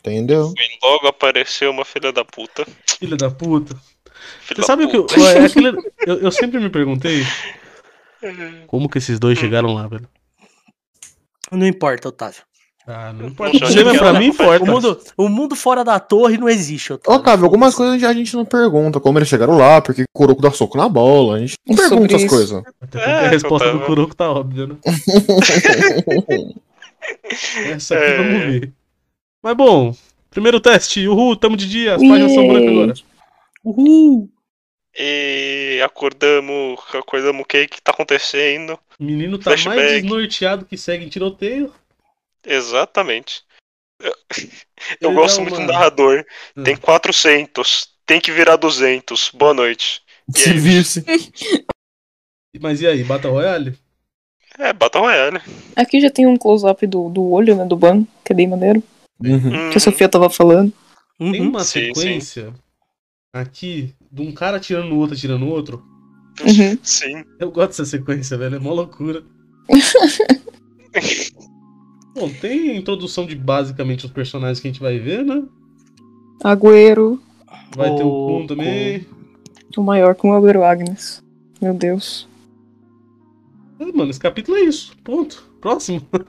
E: Entendeu?
B: E Logo apareceu uma filha da puta.
C: Filha da puta.
B: Filha
C: Você sabe o que eu, é aquele- eu, eu sempre me perguntei como que esses dois chegaram lá, velho.
D: Não importa, Otávio.
C: Ah, não
B: importa.
C: Você, mas pra mim importa.
D: O mundo, é o mundo fora da torre não existe, Otávio.
E: Otávio, algumas coisas a gente não pergunta. Como eles chegaram lá, porque o Kuroko dá soco na bola. A gente não
F: Sobre
E: pergunta as
F: isso.
E: coisas.
C: Até porque
B: É,
C: a resposta
B: total.
C: do Kuroko tá óbvia, né? Essa aqui
B: É.
C: vamos ver. Mas bom, primeiro teste. Uhul, tamo de dia. As páginas são brancas agora.
D: Uhul.
B: E acordamos, acordamos o que que tá acontecendo.
C: O menino tá mais
B: Flashback.
C: desnorteado que segue em tiroteio.
B: Exatamente. Eu gosto muito do narrador.
C: Hum.
B: Tem 400. Tem que virar 200. Boa noite. E
E: Se
B: aí?
E: visse.
C: Mas e aí, Battle Royale?
B: É, Battle Royale.
F: Aqui já tem um close-up do, do olho, né? Do Ban, que é bem maneiro.
E: Uhum.
B: Hum,
F: Que a Sofia tava falando.
C: Tem
D: Uhum.
C: uma
B: Sim,
C: sequência aqui de um cara tirando o outro, tirando o outro.
F: Uhum.
B: sim.
C: Eu gosto dessa sequência, velho. É mó loucura. Bom, tem introdução de basicamente os personagens que a gente vai ver, né?
F: Agüero,
C: Vai ter o
D: O
C: Kun também.
F: o maior com o Agüero Agnes. Meu Deus.
C: Ah, mano, esse capítulo é isso. Ponto. Próximo.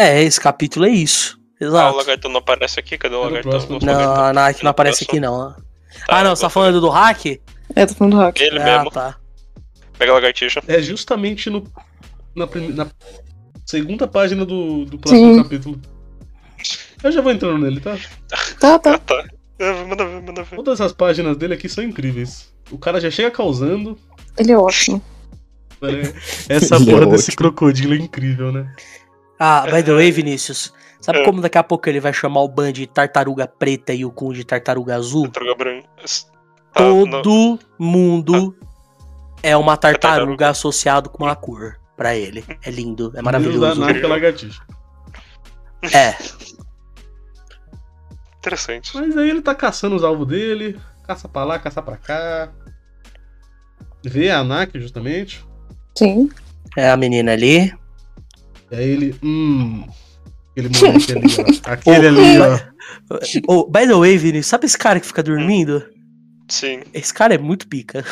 D: É, esse capítulo é isso.
B: Ah, o
D: Exato.
B: lagartão não aparece aqui? Cadê o
C: Era o
B: lagartão?
C: próximo.
B: Nossa, o
D: Não, a
B: lagartão.
D: Nike não aparece aqui, não. Ah, não, você tá falando do hack?
F: É, tô falando do hack.
B: Ele
D: Ah,
B: mesmo.
D: tá.
B: Pega a lagartixa.
C: É justamente no, na, prime- na segunda página do, do próximo
F: Sim.
C: capítulo. Eu já vou entrando nele, tá?
F: Tá, tá.
B: Ah, tá. É, manda ver, manda ver.
C: Todas as páginas dele aqui são incríveis. O cara já chega causando.
F: Ele é ótimo.
C: velho. Essa
E: Ele é
C: porra desse
E: ótimo.
C: crocodilo é incrível, né?
D: Ah, by the way, Vinícius. Sabe
B: É.
D: como daqui a pouco ele vai chamar o Ban de tartaruga preta e o Kun de tartaruga azul?
B: Droga branca. Tá, não. Ah.
D: Todo mundo é uma tartaruga
B: tartaruga.
D: associado com uma cor pra ele. É lindo, é
C: Da
D: maravilhoso.
C: Nike lagartixa.
D: É.
B: Interessante.
C: Mas aí ele tá caçando os alvos dele. Caça pra lá, caça pra cá. Vê a Anak, justamente.
F: Sim.
D: É a menina ali.
C: E aí ele. Hum. Aquele moleque ali, ó. Aquele ali, ó.
D: Oh, by the way, Vinícius, sabe esse cara que fica dormindo?
B: Sim.
D: Esse cara é muito pica.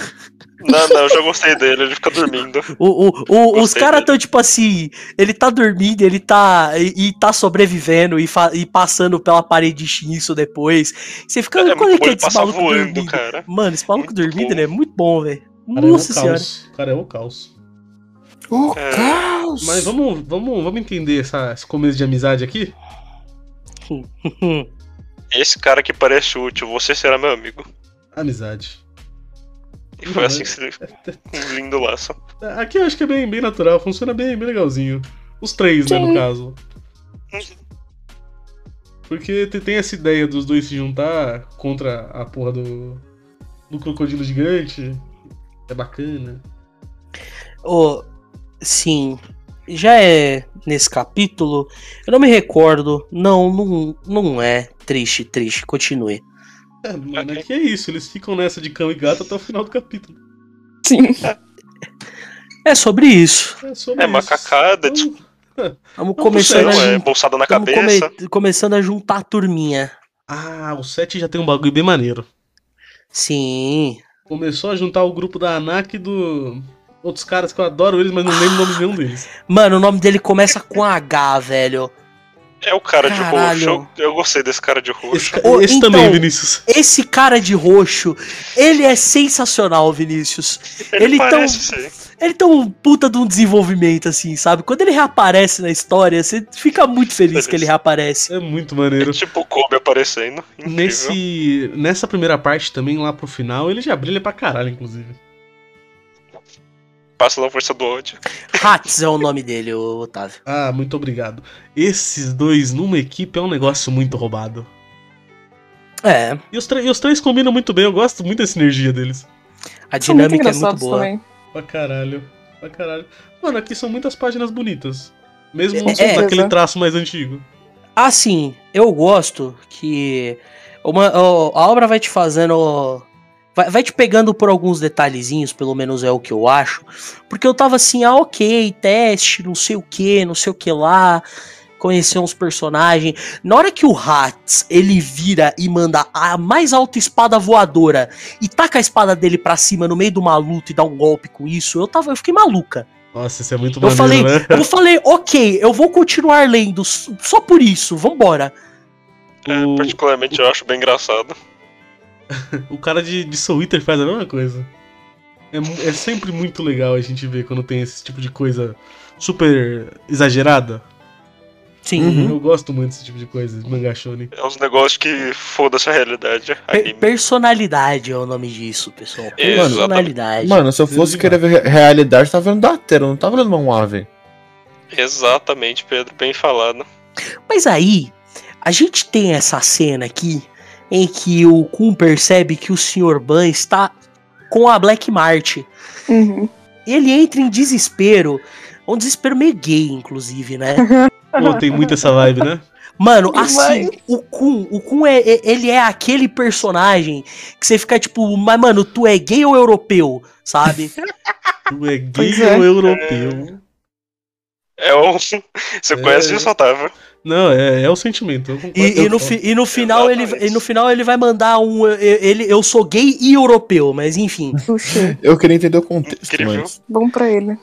B: Não, não, eu já gostei dele, ele fica dormindo.
D: O- o- o- os
B: Gostei
D: caras
B: dele.
D: tão tipo assim, ele tá dormindo, ele tá e, e tá sobrevivendo e, fa- e passando pela parede de Shinsu depois. Você fica,
B: É
D: quando
B: muito
D: é que
B: bom
D: é
B: ele
D: esse
B: passar
D: maluco
B: voando,
D: dormindo?
B: cara.
D: Mano, esse maluco
B: Muito
D: dormindo,
B: bom.
D: ele é muito bom, velho.
C: Cara, é
D: Nossa
C: o
D: senhora.
C: caos. Cara, é o caos.
E: O
B: É.
E: caos!
C: Mas vamos, vamos, vamos entender essa- esse começo de amizade aqui?
B: Esse cara que parece útil, você será meu amigo.
C: Amizade.
B: E foi
C: Uhum.
B: assim que se. Um lindo laço.
C: Aqui eu acho que é bem, bem natural, funciona bem, bem legalzinho. Os três, né, no
F: Sim.
C: caso. Porque te- tem essa ideia dos dois se juntar contra a porra do, do crocodilo gigante. É bacana.
D: Ô, sim, já é nesse capítulo. Eu não me recordo. Não, não, não é. Triste, triste. Continue.
C: É, mano, aqui é isso, eles ficam nessa de cão e gato até o final do capítulo.
F: Sim.
D: É sobre isso.
C: É, sobre
B: É
C: isso.
B: macacada, tipo.
C: Então,
D: Vamos
C: Não,
D: começando
B: Não,
D: a,
C: Mas-
B: é
D: jun-
B: bolsada na
D: tamo
B: cabeça.
D: come- começando a juntar a turminha.
C: Ah, o 7 já tem um bagulho bem maneiro.
D: Sim.
C: Começou a juntar o grupo da Anak e do. Outros caras que eu adoro eles, mas não lembro o nome de nenhum deles.
D: Mano, o nome dele começa com H, velho.
B: É o cara
D: Caralho.
B: de roxo. Eu, eu gostei desse cara de
C: Esse,
B: roxo.
C: ca-
D: Ô,
C: esse
D: então-
C: também, Vinícius.
D: Esse cara de roxo, ele é sensacional, Vinícius.
B: Ele,
D: ele tão-
B: parece ser.
D: Ele tem um puta de um desenvolvimento, assim, sabe? Quando ele reaparece na história, você fica muito feliz que ele reaparece.
C: É muito maneiro.
B: É tipo o Kobe aparecendo. Incrível.
C: Nesse, nessa primeira parte também, lá pro final, ele já brilha pra caralho, inclusive.
B: Passa na força do ódio.
D: Hats é o nome dele, ô, Otávio.
C: Ah, muito obrigado. Esses dois numa equipe é um negócio muito roubado.
D: É,
C: E os, tre- e os três combinam muito bem, eu gosto muito da sinergia deles.
D: a
F: São muito
D: dinâmica é muito
F: engraçados
D: boa.
F: também.
C: Pra caralho, pra caralho. Mano, aqui são muitas páginas bonitas. Mesmo
D: É,
C: sendo
D: é.
C: naquele traço mais antigo.
D: Assim, eu gosto que uma, ó, a obra vai te fazendo. Vai, vai te pegando por alguns detalhezinhos, pelo menos é o que eu acho. Porque eu tava assim, ah, ok, teste, não sei o que, não sei o que lá. Conhecer uns personagens. Na hora que o Hats ele vira e manda a mais alta espada voadora e taca a espada dele pra cima no meio de uma luta e dá um golpe com isso, eu tava, eu fiquei maluca.
C: Nossa, isso é muito
D: Eu
C: maneiro,
D: falei,
C: né?
D: eu falei, ok, eu vou continuar lendo s- só por isso, vambora.
B: É,
C: O-
B: particularmente eu acho bem engraçado.
C: O cara de, de Soul Eater faz a mesma coisa. É, mu- é sempre muito legal a gente ver quando tem esse tipo de coisa super exagerada.
D: Sim.
C: Eu gosto muito desse tipo de coisa, de mangá shonen.
B: É uns negócios que foda-se a realidade.
D: Per-
B: Anime.
D: personalidade é o nome disso, pessoal.
B: Exatamente.
D: Personalidade.
E: Mano, se eu fosse querer ver re- realidade, tava vendo Datero, não tava vendo Mão Ave.
B: Exatamente, Pedro. Bem falado.
D: Mas aí, A gente tem essa cena aqui em que o Kun percebe que o Sr. Ban está com a Black Mart.
F: Uhum.
D: Ele entra em desespero, um desespero meio gay, inclusive, né?
C: Pô, tem muito essa vibe, né?
D: Mano, assim, o Kun, o Kun é, é- ele é aquele personagem que você fica tipo, mas mano, tu é gay ou europeu, sabe?
C: Tu é gay
F: Pois é.
C: ou europeu?
B: É um. Você
C: É.
B: conhece de Otávio.
C: Não, é, é o sentimento. Eu concordo.
D: E, e
C: Eu-
D: no, fi- e no final ele,
B: Exatamente.
D: e no final ele vai mandar um, eu- ele, eu sou gay e europeu, mas enfim.
F: Puxa,
E: Eu queria entender o contexto,
B: Incrível.
E: mas.
F: bom pra ele.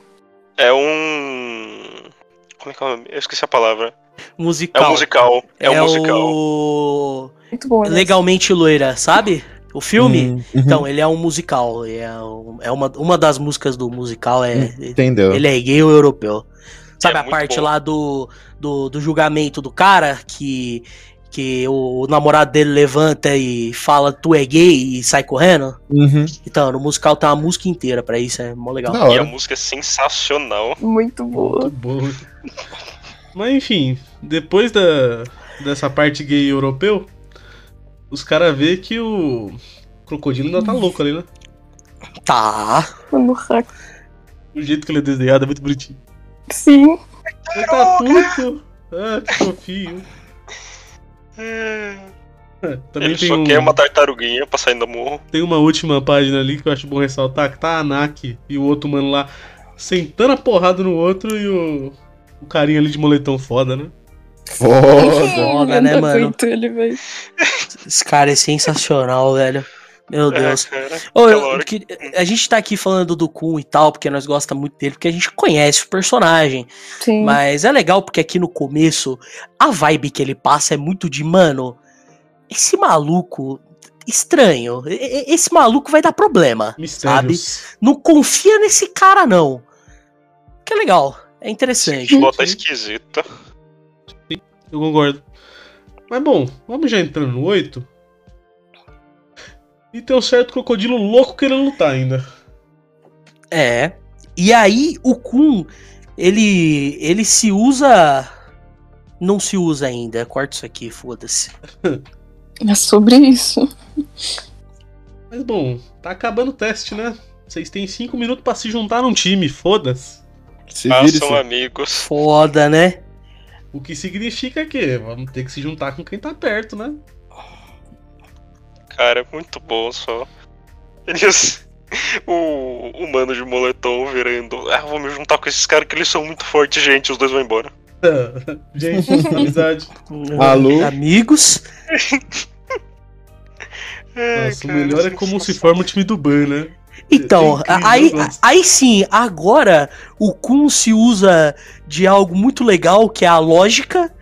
B: É um. Como é que é o nome? Eu esqueci a palavra. É um
D: Musical.
B: musical. É, um musical.
D: o
F: Muito bom, né?
D: Legalmente Loira, sabe? O filme?
E: Hum, uhum,
D: Então, ele é um musical. É, um- é uma, uma das músicas do musical é.
E: Entendeu?
D: Ele é gay ou europeu. Sabe
B: É
D: a
B: muito
D: parte
B: bom.
D: lá do, do, do julgamento do cara que. Que o namorado dele levanta e fala tu é gay e sai correndo.
E: Uhum.
D: Então, no musical tem uma música inteira pra isso, é mó legal.
E: Da
B: E a
E: hora.
B: música é sensacional.
F: Muito
C: Muito
F: boa.
C: bom. Mas enfim, depois da, dessa parte gay europeu, os caras vê que o crocodilo ainda tá louco ali, né?
D: Tá.
F: Mano, hack.
C: O jeito que ele é desenhado é muito bonitinho.
F: Sim.
C: Ele tá puto. Ah, que fofinho. É, Também
B: Ele
C: tem,
B: só
C: um-
B: quer uma tartaruguinha pra sair do morro.
C: tem uma última página ali que eu acho bom ressaltar, que tá a Anak e o outro mano lá sentando a porrada no outro e o, o carinha ali de moletom foda, né?
E: Foda.
D: Foda,
F: Eu
D: né,
F: não
D: mano?
F: aguento ele, velho.
D: Esse cara é sensacional, velho. Meu Deus.
B: É, cara.
D: Ô, eu-
B: Aquela hora
D: eu queria- a gente tá aqui falando do Kun e tal, porque nós gostamos muito dele, porque a gente conhece o personagem.
F: Sim.
D: Mas é legal porque aqui no começo, a vibe que ele passa é muito de, mano, esse maluco estranho. e- e- Esse maluco vai dar problema.
C: Mistérios.
D: Não confia nesse cara, não. Que é legal. É interessante.
B: Lota esquisita.
C: Eu concordo. Mas bom, vamos já entrando no 8. E tem um certo crocodilo louco querendo lutar ainda.
D: É. E aí o Kun, ele ele se usa não se usa ainda. Corta isso aqui, foda-se.
F: É sobre isso.
C: Mas bom, tá acabando o teste, né? Vocês têm 5 minutos pra se juntar num time, foda-se.
E: Se vira isso.
B: Façam Ah, amigos.
D: Foda, né?
C: O que significa que vamos ter que se juntar com quem tá perto, né?
B: Cara, é muito bom só. Eles. O humano de moletom virando. Ah, vou me juntar com esses caras que eles são muito fortes, gente. Os dois vão embora.
C: Gente, amizade.
E: Alô?
D: Amigos.
B: É,
C: Nossa, o
B: cara,
C: melhor é como se forma o time do Ban, né?
D: Então,
C: É incrível,
D: aí,
C: eu gosto.
D: aí sim, agora o Kun se usa de algo muito legal, que é a lógica,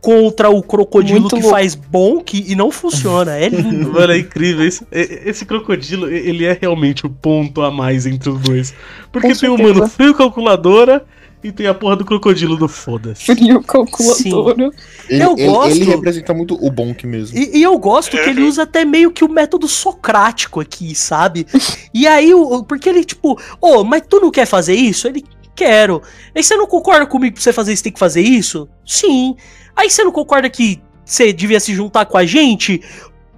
D: contra o crocodilo
F: Muito
D: que
F: louco.
D: faz bom que, e não funciona. É lindo.
C: Mano, é incrível. Esse, e- esse crocodilo, e- ele é realmente o ponto a mais entre os dois. Porque
F: Com
C: tem o
F: certeza.
C: mano frio calculadora e tem a porra do crocodilo do foda-se.
F: Frio calculadora.
E: Ele,
D: Eu
E: ele-
D: gosto.
E: ele representa muito o Bonk mesmo.
D: E, e eu gosto que ele usa até meio que o método socrático aqui, sabe? E aí, o- o- porque ele, tipo, ô, mas tu não quer fazer isso? Ele, quero. Aí você não concorda comigo pra você fazer isso, tem que fazer isso? Sim. Aí você não concorda que você devia se juntar com a gente?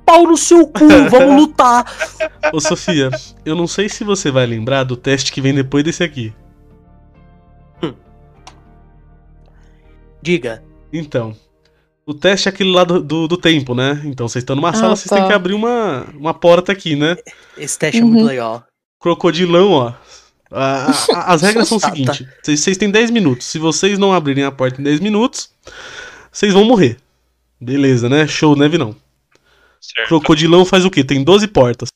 D: Pau no seu cu, vamos lutar.
C: Ô, Sofia, eu não sei se você vai lembrar do teste que vem depois desse aqui.
D: Diga.
C: Então, o teste é aquele lá do, do, do tempo, né? Então, vocês estão numa
F: Ah,
C: sala, vocês
F: tá.
C: têm que abrir uma, uma porta aqui, né?
D: Esse teste é muito
F: Uhum.
D: legal.
C: Crocodilão, ó. A- a- a- as regras são o
D: Tá, tá.
C: seguinte: vocês vocês têm 10 minutos. Se vocês não abrirem a porta em 10 minutos, vocês vão morrer. Beleza, né? Show, né, Vinão?
B: Certo.
C: Crocodilão faz o quê? Tem 12 portas.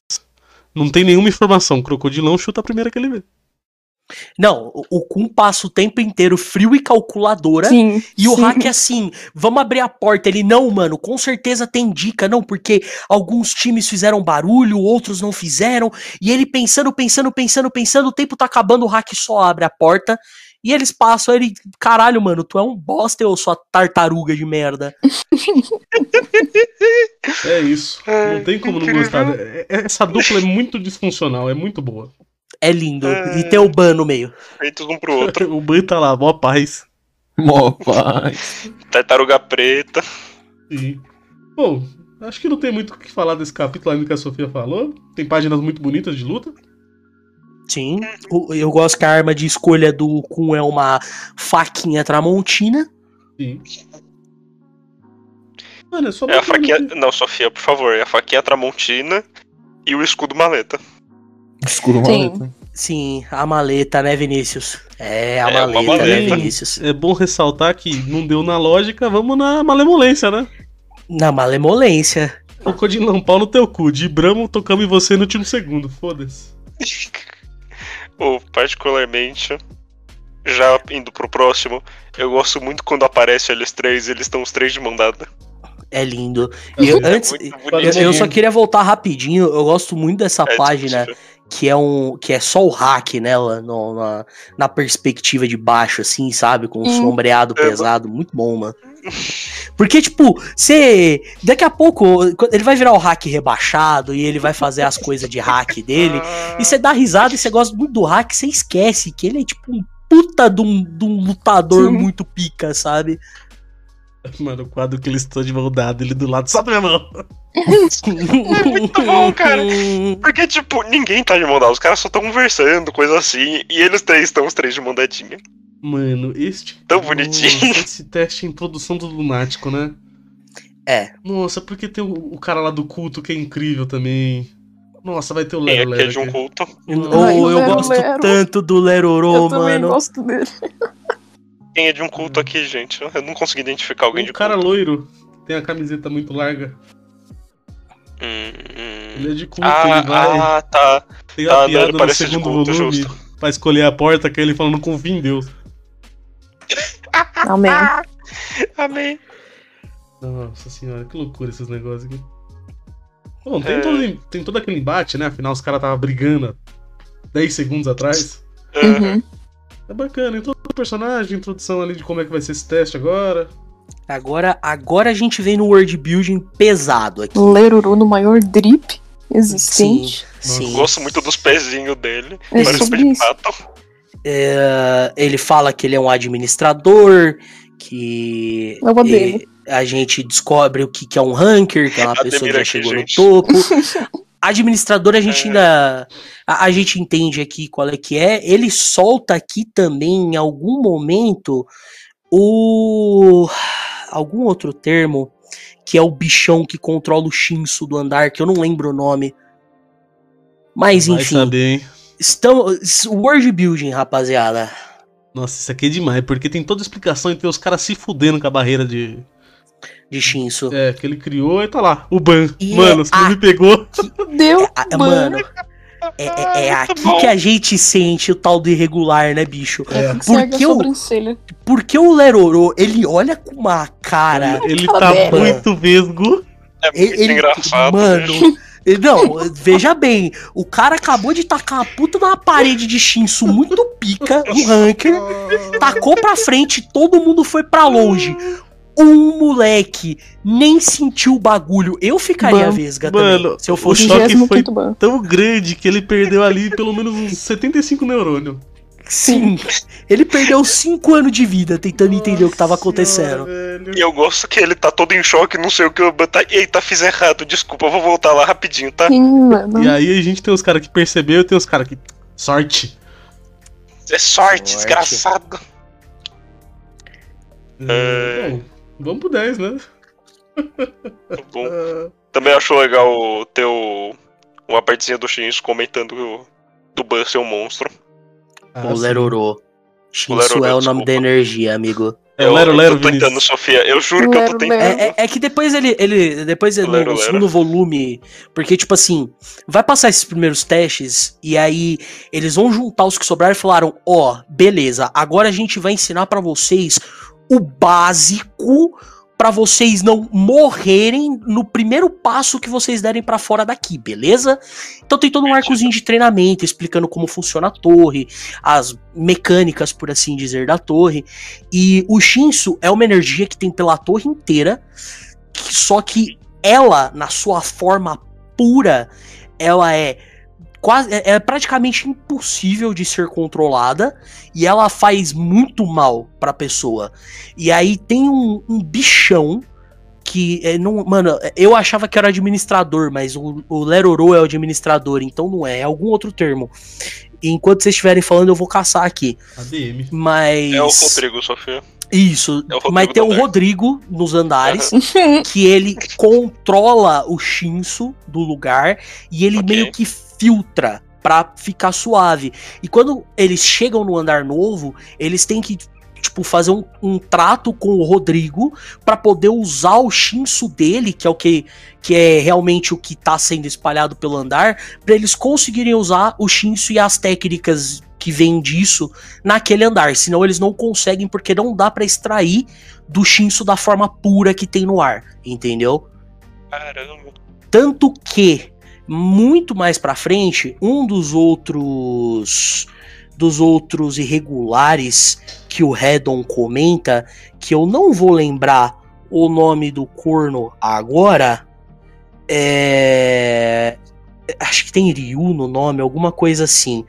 C: Não tem nenhuma informação. Crocodilão chuta a primeira que ele vê.
D: Não, o, o Kun passa o tempo inteiro frio e calculadora.
F: Sim.
D: E o
F: sim.
D: hack é assim, vamos abrir a porta. Ele, não, mano, com certeza tem dica, não, porque alguns times fizeram barulho, outros não fizeram. E ele pensando, pensando, pensando, pensando, o tempo tá acabando, o hack só abre a porta. E eles passam, ele, caralho, mano, tu é um bosta, eu sou a tartaruga de merda.
C: É isso.
B: É,
C: Não tem como não
B: incrível.
C: gostar. É- é- Essa dupla é muito disfuncional, é muito boa.
D: É lindo.
B: É.
D: E tem o ban no meio.
B: Feitos um pro outro.
C: O Ban tá lá, mó paz.
E: Mó pai.
B: Tartaruga preta.
C: Sim. Bom, acho que não tem muito o que falar desse capítulo ainda que a Sofia falou. Tem páginas muito bonitas de luta.
D: Sim. O- Eu gosto que a arma de escolha do Kun é uma faquinha tramontina.
C: Sim. Mano, é só
B: É a
C: muito
B: faquinha.
C: bonito.
B: Não, Sofia, por favor. É a faquinha tramontina e o escudo maleta.
E: Escuro
F: Sim.
E: maleta.
D: Sim, a maleta, né, Vinícius? É, a
B: É, uma
D: maleta, né,
B: maleta.
D: Vinícius?
C: É bom ressaltar que não deu na lógica, vamos na malemolência, né?
D: Na malemolência.
C: Tocou de lampau no teu cu, de Bramo tocamos em você no último segundo, foda-se.
B: Ou, particularmente, já indo pro próximo, eu gosto muito quando aparece eles três, eles estão os três de mão dada.
D: É lindo. E eu- antes,
B: muito
D: eu,
B: bonito.
D: eu só queria voltar rapidinho. Eu gosto muito dessa
B: É,
D: página
B: tipo,
D: que é um que é só o hack nela, no- na, na perspectiva de baixo, assim, sabe? Com um
F: Hum.
D: sombreado
B: É,
D: pesado. Muito bom, mano. Porque, tipo, você. Daqui a pouco, quando- ele vai virar o hack rebaixado e ele vai fazer as coisas de hack dele.
B: ah,
D: E você dá risada e você gosta muito do hack, você esquece que ele é tipo um puta de um, de um lutador
F: Sim.
D: muito pica, sabe?
C: Mano, o quadro que eles estão de mão dada, ele do lado, solta minha mão.
D: é
B: muito bom, cara. Porque, tipo, ninguém tá de mão dada, os caras só estão conversando, coisa assim, e eles três estão os três de mão dadinha.
C: Mano, este.
B: Tão bonitinho.
C: Nossa, esse teste é introdução do Lunático, né?
D: É.
C: Nossa, porque tem o, o cara lá do culto que é incrível também. Nossa, vai ter o
B: Quem
C: Lero
B: aqui é
C: Lero.
B: de um
C: aqui.
B: culto?
F: Ai,
D: eu, eu
F: Lero,
D: gosto
F: Lero.
D: tanto do Lerorô,
F: Eu também
D: mano.
F: gosto dele.
B: Quem é de um culto aqui, gente? Eu não consegui identificar alguém de
C: O Um cara
B: culto.
C: loiro tem a camiseta muito larga.
B: Hum, hum.
C: Ele é de culto,
B: Ah,
C: ele vai.
B: ah, tá.
C: tem
B: tá,
C: a
B: não,
C: piada
B: ele
C: no
B: parece de
C: segundo
B: culto,
C: volume pra escolher a porta que é ele falando confia em Deus.
D: Ah,
F: Amém.
B: Amém.
C: Nossa senhora, que loucura esses negócios aqui. Bom,
B: É.
C: tem, todo, tem todo aquele embate, né? Afinal, os caras estavam brigando há 10 segundos atrás.
D: Uhum.
B: Aham.
C: É bacana, entrou todo o personagem, introdução ali de como é que vai ser esse teste agora.
D: Agora, agora a gente vem no world building pesado aqui.
F: Uhum. Leruru no maior drip existente.
D: Sim, sim.
B: Gosto muito dos pezinhos dele.
F: É
B: Parece um
F: sobre
B: pé de
F: isso.
B: pato.
D: É, ele fala que ele é um administrador, que
F: Eu odeio.
D: e- a gente descobre o que, que é um ranker, que é uma
B: Admira
D: pessoa que já
B: aqui,
D: chegou
B: gente. É.
D: no topo. Administrador a gente ainda a, a gente entende aqui qual é que é. Ele solta aqui também em algum momento o algum outro termo que é o bichão que controla o Shinsu do andar, que eu não lembro o nome. Mas
C: Vai
D: enfim,
C: saber, hein?
D: estamos world building, rapaziada.
C: Nossa, isso aqui é demais, porque tem toda a explicação e tem os caras se fudendo com a barreira de.
D: de Shinsu.
C: É, que ele criou e tá lá. O Ban.
D: E é
C: Mano, você não me pegou.
F: Deu,
D: Ah, é,
F: mano.
D: mano, é, é- é
B: Ah, muito
D: aqui
B: bom.
D: que a gente sente o tal do irregular, né, bicho?
C: É.
F: Tem que ser
D: Porque
F: a
D: eu-
F: sobrancelha.
D: Porque o Leroro, ele olha com uma cara.
C: Ele
F: Cala
C: tá
F: a boca.
C: muito vesgo.
B: É muito
D: Ele, ele-
B: engraçado. bicho.
D: mano. ele- Não, veja bem, o cara acabou de tacar uma puta numa parede de Shinsu muito pica, um ranker, tacou pra frente, todo mundo foi pra longe. Um moleque nem sentiu o bagulho. Eu ficaria
F: Mano,
D: vesga também,
C: mano,
D: se eu
C: O
D: fosse
C: choque foi-
F: 25 ban.
C: Tão grande que ele perdeu ali pelo menos uns 75 neurônios.
D: Sim. Ele perdeu 5 anos de vida tentando entender o que tava
C: Nossa
D: acontecendo.
C: senhora, velho.
B: E eu gosto que ele tá todo em choque, não sei o que eu botar. Eita, fiz errado, desculpa, eu vou voltar lá rapidinho, tá?
F: Sim, mano.
C: E aí a gente tem os caras que percebeu e tem os caras que. Sorte!
B: É sorte,
D: Sorte.
B: desgraçado. É.
C: Bom, vamos pro 10, né?
B: Muito bom.
C: Ah,
B: Também acho legal o teu. Uma partezinha do Shinsu comentando o- do Ban ser um monstro.
C: ah,
D: O
C: sim.
D: Lerorô. Shinsu
B: Lerorô,
D: é o
B: desculpa.
D: nome da energia, amigo.
C: É o Lero
B: eu,
C: Lero,
B: eu tô tentando,
C: Vinícius.
B: Sofia. Eu juro que eu tô
F: Lero,
B: tentando.
F: lero.
D: É, é- é que depois ele. ele depois ele-
B: Lero,
D: no
B: lero.
D: segundo volume. Porque, tipo assim, vai passar esses primeiros testes. E aí eles vão juntar os que sobraram e falaram: Ó, beleza, agora a gente vai ensinar pra vocês o básico pra vocês não morrerem no primeiro passo que vocês derem pra fora daqui, beleza? Então tem todo um arcozinho de treinamento explicando como funciona a torre, as mecânicas, por assim dizer, da torre. E o Shinsu é uma energia que tem pela torre inteira, que- só que ela, na sua forma pura, ela é quase é é praticamente impossível de ser controlada e ela faz muito mal pra pessoa. E aí tem um, um bichão que. é, não, mano, eu achava que era administrador, mas o, o Lerorô é o administrador, então não é, é algum outro termo. Enquanto vocês estiverem falando, eu vou caçar aqui.
C: ADM.
D: Mas.
B: É o Rodrigo, Sofia.
D: Isso.
B: é o Rodrigo
D: mas
B: do
D: tem o
B: Andar.
D: Rodrigo nos andares, que ele controla o Shinso do lugar e ele
B: Ok.
D: meio que filtra pra ficar suave. E quando eles chegam no andar novo, eles têm que tipo fazer um, um trato com o Rodrigo pra poder usar o Shinsu dele, que é o que que é realmente o que tá sendo espalhado pelo andar, pra eles conseguirem usar o Shinsu e as técnicas que vêm disso naquele andar, senão eles não conseguem porque não dá pra extrair do Shinsu da forma pura que tem no ar, entendeu?
B: Caramba.
D: Tanto que, muito mais pra frente, um dos outros dos outros irregulares que o Redon comenta, que eu não vou lembrar o nome do corno agora, é... acho que tem Ryu no nome, alguma coisa assim.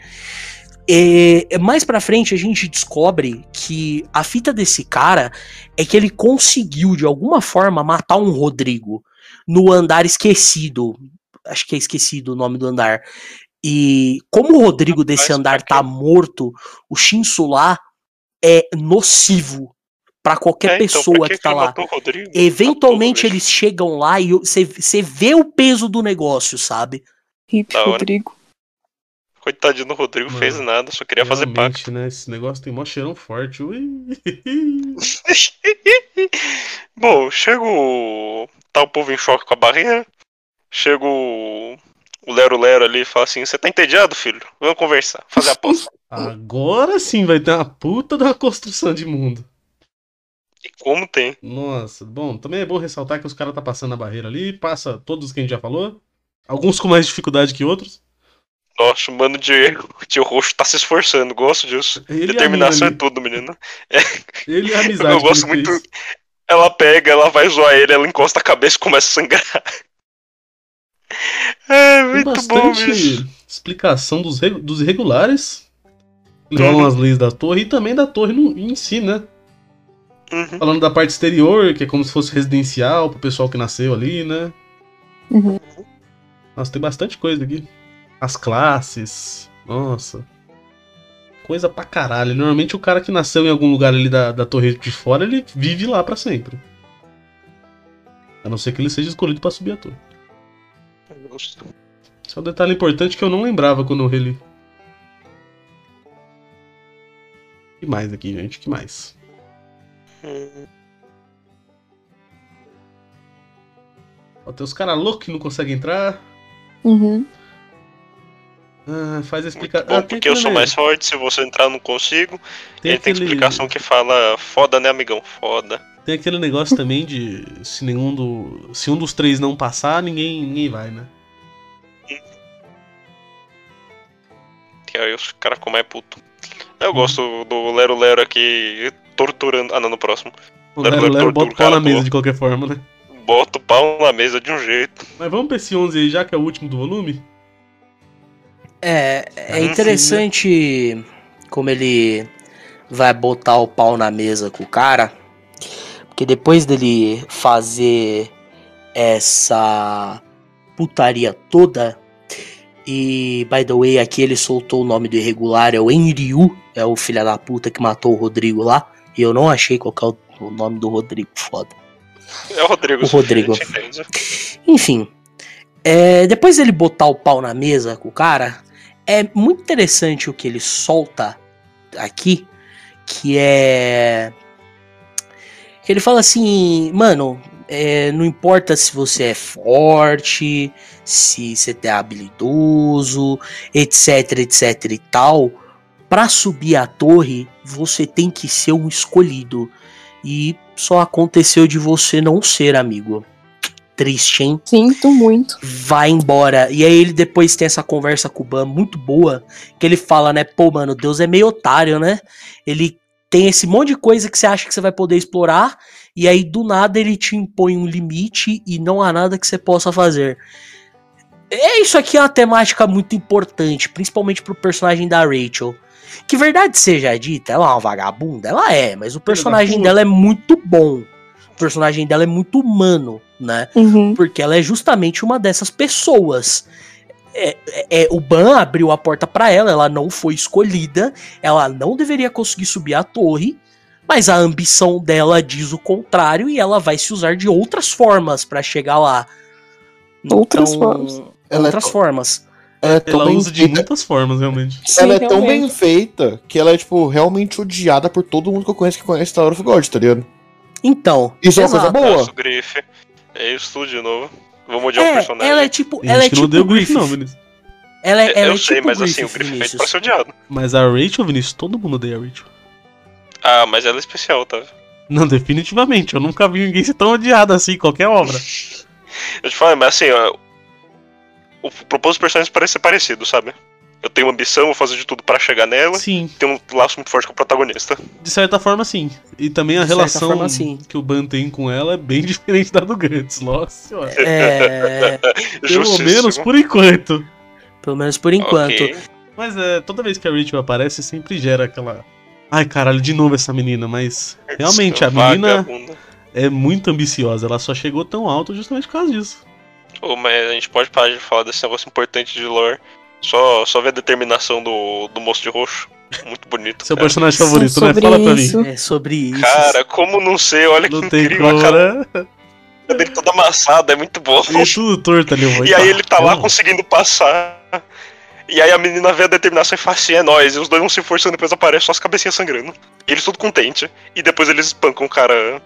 D: É, mais pra frente a gente descobre que a fita desse cara é que ele conseguiu de alguma forma matar um Rodrigo no andar esquecido. Acho que é esquecido o nome do andar. E como o Rodrigo desse
B: Rapaz,
D: andar
B: pra
D: tá morto, o Shinsu lá é nocivo pra qualquer
B: É, então,
D: pessoa
B: pra
D: que tá
B: ele
D: lá.
B: matou o Rodrigo?
D: Eventualmente
B: Matou o Rodrigo.
D: eles chegam lá e você vê o peso do negócio, sabe?
F: Hip,
B: Da hora.
F: Rodrigo.
B: Coitadinho do Rodrigo,
C: Mano,
B: fez nada, só queria fazer
C: Realmente,
B: pacto.
C: né? Esse negócio tem mó cheirão forte. Ui.
B: Bom, chega o. Tá o povo em choque com a barreira. Chega o. O Lero Lero ali e fala assim: Você tá entediado, filho? Vamos conversar, fazer a aposta.
C: Agora sim vai ter uma puta da construção de mundo.
B: e como tem?
C: Nossa, bom, também é bom ressaltar que os caras tá passando a barreira ali, passa todos que a gente já falou. Alguns com mais dificuldade que outros.
B: Nossa, o mano de, de roxo tá se esforçando, gosto disso.
C: Ele e a mina
B: Determinação é
C: ali,
B: tudo, menino.
C: ele e a amizade.
B: Eu
C: que
B: gosto
C: ele fez.
B: muito. Ela pega, ela vai zoar ele, ela encosta a cabeça e começa a sangrar. É
C: Tem
B: muito bom, bicho.
C: bastante explicação dos, regu- dos irregulares. Enrolam
B: Uhum.
C: as leis da torre e também da torre no- em si, né?
B: Uhum.
C: Falando da parte exterior, que é como se fosse residencial pro pessoal que nasceu ali, né?
F: Uhum.
C: Nossa, tem bastante coisa aqui. As classes. Nossa. Coisa pra caralho. Normalmente o cara que nasceu em algum lugar ali da, da torre de fora, ele vive lá pra sempre. A não ser que ele seja escolhido pra subir a torre.
B: Gosto.
C: Isso é um detalhe importante que eu não lembrava quando eu reli. que mais aqui, gente? que mais?
B: Hum.
C: Ó, tem os caras loucos que não conseguem entrar.
F: Uhum.
C: Ah, faz a
B: Muito
C: explicação.
B: bom, porque eu sou mais forte, se você entrar eu não consigo.
C: Tem
B: ele tem
C: aquele-
B: explicação que fala, foda né, amigão, foda.
C: Tem aquele negócio também de se nenhum do, se um dos três não passar, ninguém, ninguém vai, né?
B: Que aí os caras ficam mais puto.
C: Hum.
B: Eu gosto do Lero Lero aqui torturando. Ah não, no próximo.
C: O
B: Lero
C: Lero
B: Lero
C: Lero
B: tortura o
C: bota o pau
B: cara
C: na mesa
B: todo.
C: de qualquer forma, né?
B: Bota o pau na mesa de um jeito.
C: Mas vamos pra esse 11 aí, já que é o último do volume.
D: É, é
C: Ah,
D: interessante como ele vai botar o pau na mesa com o cara, porque depois dele fazer essa putaria toda, e by the way, aqui ele soltou o nome do irregular, é o Enryu, é o filho da puta que matou o Rodrigo lá, e eu não achei qual que é o- o nome do Rodrigo, foda.
B: É o Rodrigo.
D: O Rodrigo.
B: gente, entende?
D: Enfim, é, depois dele botar o pau na mesa com o cara, é muito interessante o que ele solta aqui, que é. Que ele fala assim, mano, é, não importa se você é forte, se você é habilidoso, etc, etc e tal, pra subir a torre, você tem que ser um escolhido. E só aconteceu de você não ser, amigo. Triste, hein?
F: Sinto muito.
D: vai embora. E aí ele depois tem essa conversa com o Ban muito boa, que ele fala, né, pô, mano, Deus é meio otário, né? Ele tem esse monte de coisa que você acha que você vai poder explorar, e aí do nada ele te impõe um limite e não há nada que você possa fazer. É isso aqui é uma temática muito importante, principalmente pro personagem da Rachel. Que verdade seja dita, ela é uma vagabunda, ela é, mas o personagem
C: puta.
D: dela é muito bom. personagem dela é muito humano, né?
F: Uhum.
D: Porque ela é justamente uma dessas pessoas. É, é- é, o Ban abriu a porta pra ela, ela não foi escolhida, ela não deveria conseguir subir a torre, mas a ambição dela diz o contrário e ela vai se usar de outras formas pra chegar lá. Então,
F: Outras formas.
E: Ela é,
D: Outras
E: tão,
D: formas.
E: ela é tão
C: Ela
E: bem
C: usa de
E: feita-
C: muitas formas, realmente.
E: ela é tão bem feita que ela é, tipo, realmente odiada por todo mundo que eu conheço que conhece Tower of God, tá ligado?
D: Então,
E: Isso é uma coisa
D: exato.
E: boa.
B: Nossa, o Griff. É isso tudo de novo. Vamos odiar o
D: É,
B: personagem.
D: ela é tipo,
C: Tem
D: ela é
C: gente que não
D: tipo
C: odeia o Griff,
D: Griffith.
C: não, Vinícius.
D: Ela é,
B: Eu-
D: ela
B: eu
D: é
B: sei,
D: tipo
B: mas assim, o Griff é feito pra
D: Vinícius.
B: ser odiado.
C: Mas a Rachel, Vinícius, todo mundo odeia a Rachel.
B: Ah, mas ela é especial, tá?
C: Não, definitivamente. Eu nunca vi ninguém ser tão odiado assim em qualquer obra.
B: Eu te falo, mas assim, ó, o propósito dos personagens parece ser parecido, sabe? Eu tenho uma ambição, vou fazer de tudo pra chegar nela.
C: Sim,
B: Tem um laço muito forte com o protagonista.
C: de certa forma, sim. E também a
D: De certa
C: relação
D: forma, sim.
C: que o Ban tem com ela é bem diferente da do Guts. Nossa senhora.
B: é
D: É,
C: Pelo
B: Justíssimo.
C: menos por enquanto.
D: pelo menos por enquanto.
B: Ok.
C: Mas é, toda vez que a Rachel aparece, sempre gera aquela. Ai, caralho, de novo essa menina, mas
B: É
C: realmente a menina
B: Vagabunda.
C: é muito ambiciosa, ela só chegou tão alto justamente por causa disso.
B: Ô, mas a gente pode parar de falar desse negócio importante de lore. Só, só ver a determinação do, do moço de roxo. Muito bonito.
C: Seu
B: cara.
C: personagem
F: São
C: favorito, né?
F: sobre
C: Fala pra mim.
F: isso.
D: É sobre isso.
B: Cara, como não sei, olha que
C: Não tem
B: incrível.
C: como,
B: A cara
C: né?
B: dele toda amassada, tá é muito bom.
C: E tudo torto ali, eu vou
B: E aí ele tá lá
C: Não.
B: conseguindo passar. E aí a menina vê a determinação e fala assim, é nóis. E os dois vão se forçando, depois aparece só as cabecinhas sangrando. E eles tudo contente. E depois eles espancam o cara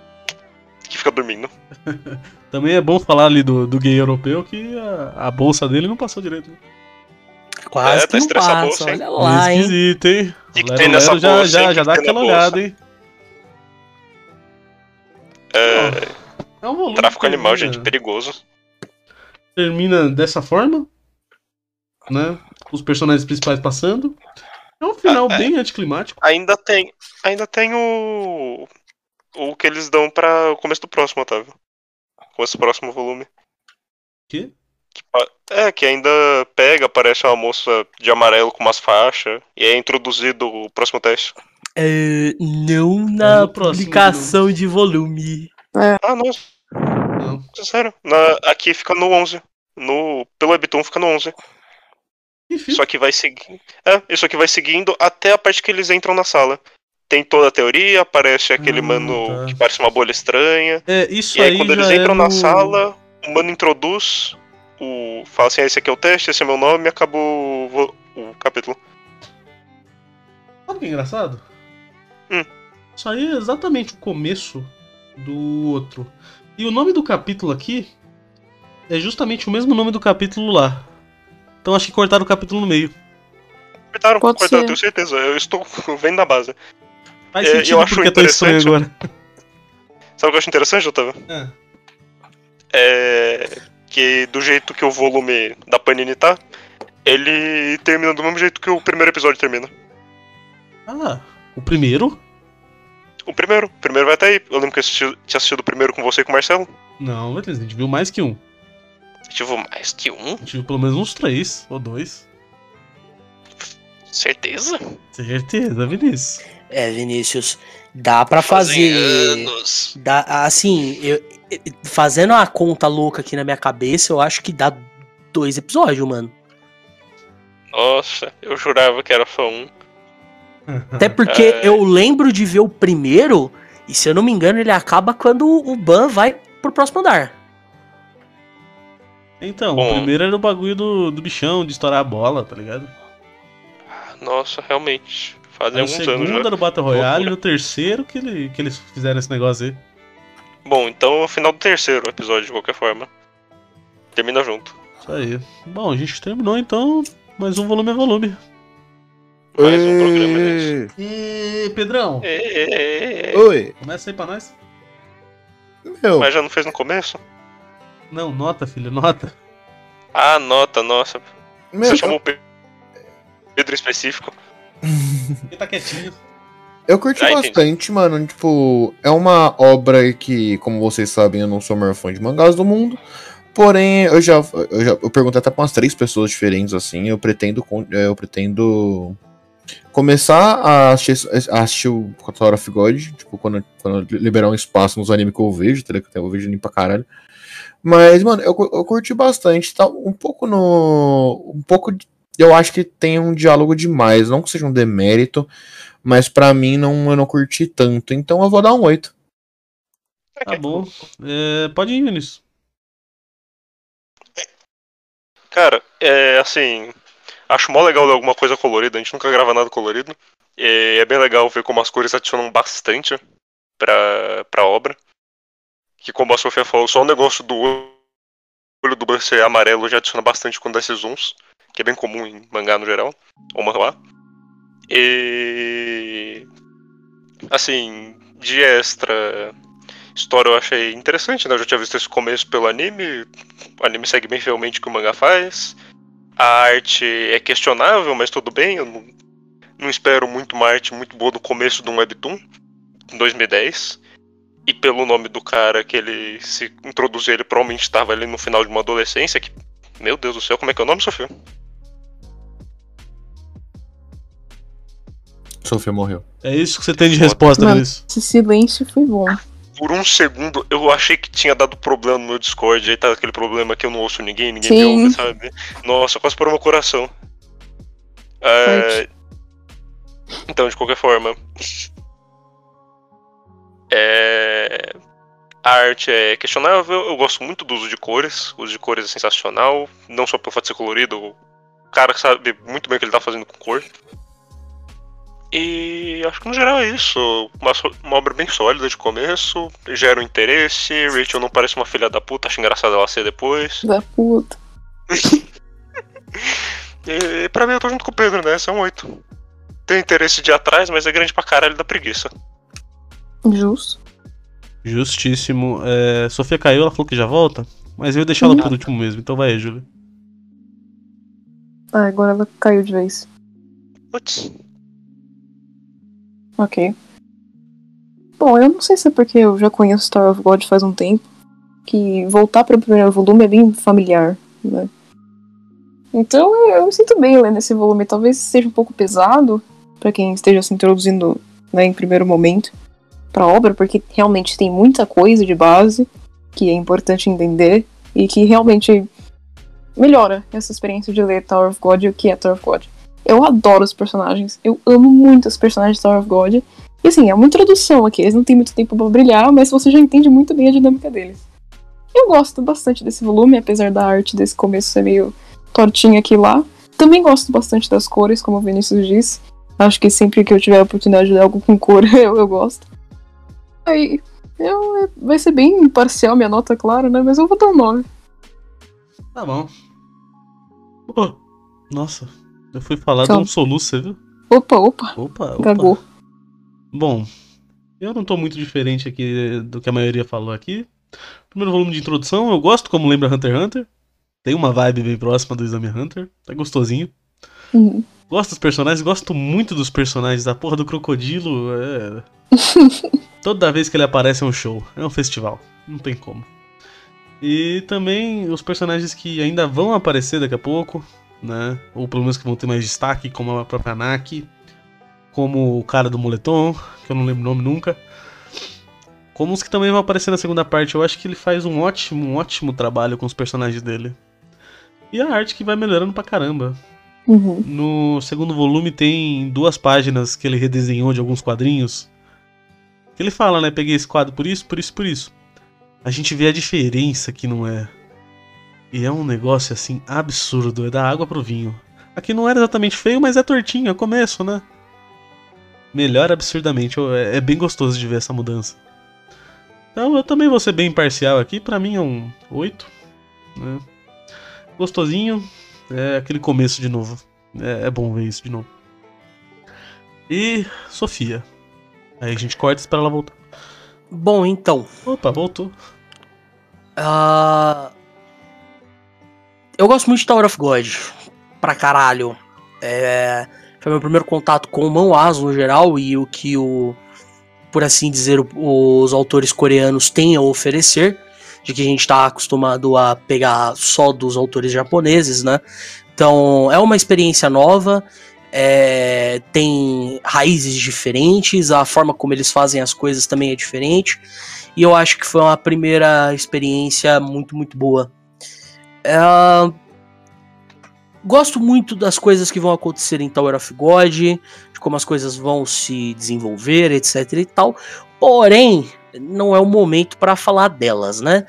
B: que fica dormindo.
C: Também é bom falar ali do, do gay europeu que a, a bolsa dele não passou direito. Né?
D: Quase
B: É,
D: que
B: tá
D: não
B: estressa a
D: passa,
B: bolsa, hein?
D: olha lá, hein?
C: é Esquisito, hein?
B: O que que
C: Lero
B: tem nessa
C: Lero já,
B: bolsa, hein?
C: já,
B: O
C: já
B: que
C: dá
B: que tem na
C: aquela
B: bolsa?
C: olhada, hein?
B: É,
C: É um volume.
B: tráfico
C: que
B: animal,
C: termina-
B: gente, perigoso.
C: termina dessa forma, né? Com os personagens principais passando. É um final
B: Ah, é.
C: bem anticlimático.
B: Ainda tem. Ainda tem o. O que eles dão pra o começo do próximo, Otávio. Começo do próximo volume.
C: Quê?
B: Que pa- É, que ainda pega, aparece uma moça de amarelo com umas faixas. E é introduzido o próximo teste.
D: É, não na
C: no próximo
D: publicação de volume.
F: É.
B: Ah, não, é
C: Não.
B: Sério, na- aqui fica no 11. No, pelo Webtoon fica no 11.
C: Enfim,
B: Só que vai seguir. É, isso aqui vai seguindo até a parte que eles entram na sala. Tem toda a teoria, aparece aquele
F: Hum,
C: Ah,
B: mano
C: tá.
B: que parece uma bolha estranha.
C: é, isso
B: e aí,
C: aí
B: quando eles
C: já é
B: entram
C: no-
B: na sala, o mano introduz o. Fala assim, ah, esse aqui é o teste, esse é meu nome, e acabou o, vo- o capítulo.
C: Sabe o que é engraçado?
B: Hum.
C: Isso aí é exatamente o começo do outro. E o nome do capítulo aqui é justamente o mesmo nome do capítulo lá. Então acho que cortaram o capítulo no meio.
B: Cortaram,
F: Pode
B: cortaram,
F: ser.
B: tenho certeza. Eu estou vendo na base.
C: Faz
B: É,
C: sentido
B: eu acho
C: porque é tão estranho
B: interessante.
C: agora.
B: Sabe o que eu acho interessante, Otávio?
C: Ah.
B: É. Que do jeito que o volume da Panini tá, ele termina do mesmo jeito que o primeiro episódio termina.
C: Ah, o primeiro?
B: O primeiro. O primeiro vai até aí. Eu lembro que eu assisti, tinha assistido o primeiro com você e com o Marcelo.
C: Não, beleza, a gente viu mais que um.
B: Tive mais que um?
C: A gente viu pelo menos uns três ou dois.
B: Certeza?
C: Certeza, Vinícius.
D: É, Vinícius, dá pra fazer.
B: anos.
D: Dá, assim, eu- fazendo a conta louca aqui na minha cabeça, eu acho que dá dois episódios, mano.
B: Nossa, eu jurava que era só um.
D: Até porque
B: É.
D: eu lembro de ver o primeiro, e se eu não me engano, ele acaba quando o Ban vai pro próximo andar.
C: Então,
B: Bom.
C: o primeiro era o bagulho do, do bichão, de estourar a bola, tá ligado?
B: Ah, Nossa, realmente. Fazem
C: Aí o
B: alguns anos
C: segundo
B: já.
C: era o Battle Royale,
B: Loucura.
C: e o terceiro que, ele, que eles fizeram esse negócio aí.
B: Bom, então é o final do terceiro episódio, de qualquer forma. Termina junto.
C: Isso aí. Bom, a gente terminou então, mais um volume é volume.
B: Mais um programa, gente.
E: Ê,
C: E Pedrão,
B: É, é, é, é.
E: Oi,
C: começa aí pra nós.
E: meu.
B: Mas já não fez no começo?
C: Não, nota, filho, nota.
B: Ah, nota, nossa.
E: meu
B: Você chamou o Pe- Pedro em específico?
C: Ele tá quietinho.
E: Eu curti
B: Ah, entendi.
E: bastante, mano. Tipo, é uma obra que, como vocês sabem, eu não sou o maior fã de mangás do mundo. Porém, eu já, eu já eu perguntei até pra umas três pessoas diferentes, assim. Eu é, pretendo, con- eh, eu pretendo começar a assistir, a assistir o Tower of God, tipo, quando, quando liberar um espaço nos animes que eu vejo, tá ligado? Que Eu vejo anime pra caralho. Mas, mano, eu, cu- eu curti bastante, tá? Um pouco no. Um pouco. de- Eu acho que tem um diálogo demais, não que seja um demérito, mas pra mim não, eu não curti tanto, então eu vou dar um 8.
B: Ok.
C: Tá bom. É, pode ir, Vinícius.
B: Cara, é assim. Acho mó legal ler alguma coisa colorida, a gente nunca grava nada colorido. E é bem legal ver como as cores adicionam bastante pra, pra obra. Que como a Sofia falou, só o negócio do olho do Buster ser amarelo já adiciona bastante quando dá esses zooms, que é bem comum em mangá no geral, ou manhwa. E. Assim, de extra. História eu achei interessante, né? Eu já tinha visto esse começo pelo anime, o anime segue bem fielmente o que o mangá faz. A arte é questionável, mas tudo bem. Eu não, não espero muito uma arte muito boa do começo de um webtoon, em 2010. E pelo nome do cara que ele se introduziu, ele provavelmente estava ali no final de uma adolescência. Que, meu Deus do céu, como é que é o nome, Sofia?
E: Sofia morreu.
C: É isso que você tem de resposta,
F: Mano.
C: Vinícius.
F: Esse silêncio foi bom.
B: Por um segundo eu achei que tinha dado problema no meu Discord. Aí tá aquele problema que eu não ouço ninguém, ninguém me
F: Sim.
B: ouve, sabe? Nossa, quase parou meu coração. É, Então, de qualquer forma. É, A arte é questionável, eu gosto muito do uso de cores. O uso de cores é sensacional. Não só pelo fato de ser colorido, o cara sabe muito bem o que ele tá fazendo com cor. E acho que no geral é isso. Uma, so- uma obra bem sólida de começo, gera um interesse. Rachel não parece uma filha da puta, acho engraçado ela ser depois.
F: Da puta.
B: E, pra mim eu tô junto com o Pedro, né? São oito. Tem interesse de ir atrás, mas é grande pra caralho da preguiça.
F: Justo.
C: Justíssimo. É, Sofia caiu, ela falou que já volta. Mas eu ia deixar ela por último mesmo, então vai, Júlio.
F: Ah, agora ela caiu de vez.
B: Putz.
F: Ok. Bom, eu não sei se é porque eu já conheço Star of God faz um tempo, que voltar para o primeiro volume é bem familiar, né? Então eu, eu me sinto bem lendo esse volume. Talvez seja um pouco pesado para quem esteja se introduzindo né, em primeiro momento para a obra, porque realmente tem muita coisa de base que é importante entender e que realmente melhora essa experiência de ler Tower of God e o que é Tower of God. Eu adoro os personagens. Eu amo muito os personagens de Tower of God. E assim, é uma introdução aqui. Eles não têm muito tempo pra brilhar, mas você já entende muito bem a dinâmica deles. Eu gosto bastante desse volume, apesar da arte desse começo ser meio tortinha aqui e lá. Também gosto bastante das cores, como o Vinícius disse. Acho que sempre que eu tiver a oportunidade de ler algo com cor, eu, eu gosto. Aí, eu, é- vai ser bem imparcial minha nota, claro, né? Mas eu vou dar um nome.
C: Tá bom. Ô, nossa, eu fui falar de
F: Então.
C: um soluço, você viu?
F: Opa, opa,
C: Opa, opa.
F: cagou.
C: Bom, eu não tô muito diferente aqui do que a maioria falou aqui. Primeiro volume de introdução, eu gosto como lembra Hunter x Hunter. Tem uma vibe bem próxima do Exame Hunter. Tá gostosinho.
F: Uhum.
C: Gosto dos personagens, gosto muito dos personagens. A porra do crocodilo é. Toda vez que ele aparece é um show, é um festival. Não tem como. E também os personagens que ainda vão aparecer daqui a pouco, né? Ou pelo menos que vão ter mais destaque, como a própria Naki, como o cara do moletom, que eu não lembro o nome nunca. Como os que também vão aparecer na segunda parte. Eu acho que ele faz um ótimo, um ótimo trabalho com os personagens dele. E a arte que vai melhorando pra caramba.
F: Uhum.
C: No segundo volume tem duas páginas que ele redesenhou de alguns quadrinhos. Que ele fala, né? Peguei esse quadro por isso, por isso, por isso. A gente vê a diferença que não é. E é um negócio assim absurdo, é da água pro vinho. Aqui não era exatamente feio, mas é tortinho, é começo, né? Melhor absurdamente, eu- é é bem gostoso de ver essa mudança. Então eu também vou ser bem imparcial aqui, pra mim é um 8. Né? Gostosinho, é aquele começo de novo. É, é bom ver isso de novo. E Sofia. Aí a gente corta e espera ela voltar.
D: Bom, então.
C: Opa, voltou.
D: Ah, Eu gosto muito de Tower of God. Pra caralho. É, Foi meu primeiro contato com o Manhwas no geral e o que o. Por assim dizer, o- os autores coreanos têm a oferecer. De que a gente tá acostumado a pegar só dos autores japoneses, né? Então é uma experiência nova. é, tem raízes diferentes, a forma como eles fazem as coisas também é diferente. E eu acho que foi uma primeira experiência muito, muito boa. É, gosto muito das coisas que vão acontecer em Tower of God, de como as coisas vão se desenvolver, etc e tal. Porém, não é o momento para falar delas, né?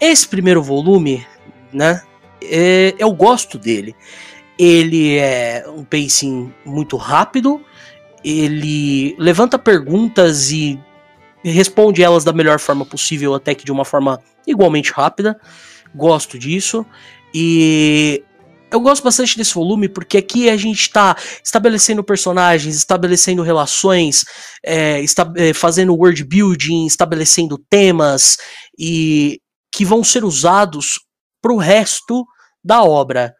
D: Esse primeiro volume, né? é- eu gosto dele. Ele é um pacing muito rápido, ele levanta perguntas e responde elas da melhor forma possível, até que de uma forma igualmente rápida. Gosto disso. E eu gosto bastante desse volume porque aqui a gente está estabelecendo personagens, estabelecendo relações, é, esta- é, fazendo world building, estabelecendo temas e que vão ser usados para o resto da obra.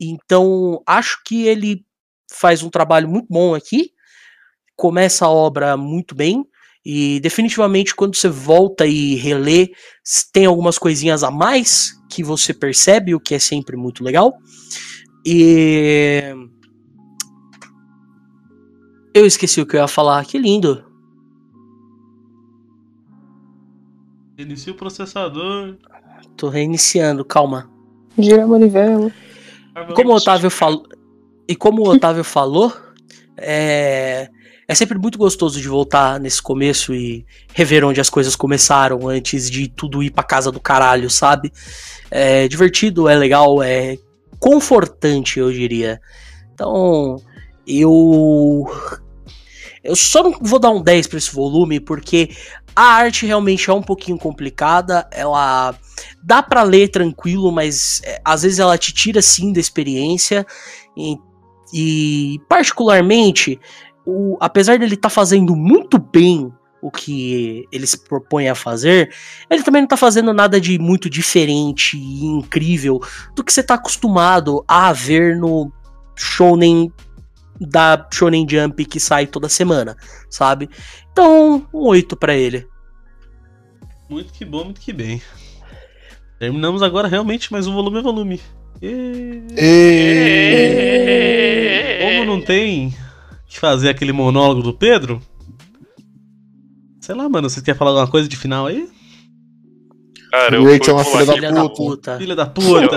D: Então, acho que ele faz um trabalho muito bom aqui, começa a obra muito bem, e definitivamente quando você volta e relê, s- tem algumas coisinhas a mais que você percebe, o que é sempre muito legal. E. Eu esqueci o que eu ia falar, que lindo.
C: Inicia o processador.
D: Tô reiniciando, calma.
F: Gira a manivela.
D: como o Otávio falou e como o Otávio falou é é sempre muito gostoso de voltar nesse começo e rever onde as coisas começaram antes de tudo ir pra casa do caralho, sabe? É divertido, é legal, é confortante, eu diria. Então, eu. Eu só não vou dar um 10 pra esse volume, porque a arte realmente é um pouquinho complicada, ela dá pra ler tranquilo, mas é, às vezes ela te tira sim da experiência. E, e, particularmente, o, apesar dele estar fazendo muito bem o que ele se propõe a fazer, ele também não tá fazendo nada de muito diferente e incrível do que você tá acostumado a ver no shonen da Shonen Jump que sai toda semana, sabe? Então, um 8 pra ele.
C: Muito que bom, muito que bem. Terminamos agora realmente mais um volume a volume. E... Como não tem que fazer aquele monólogo do Pedro? Sei lá, mano, vocês querem falar alguma coisa de final aí?
B: Cara, eu
E: O
B: fui,
E: Wade é uma
B: pular
E: filha
B: aqui,
D: Filha da
E: puta.
D: puta.
C: Filha da puta!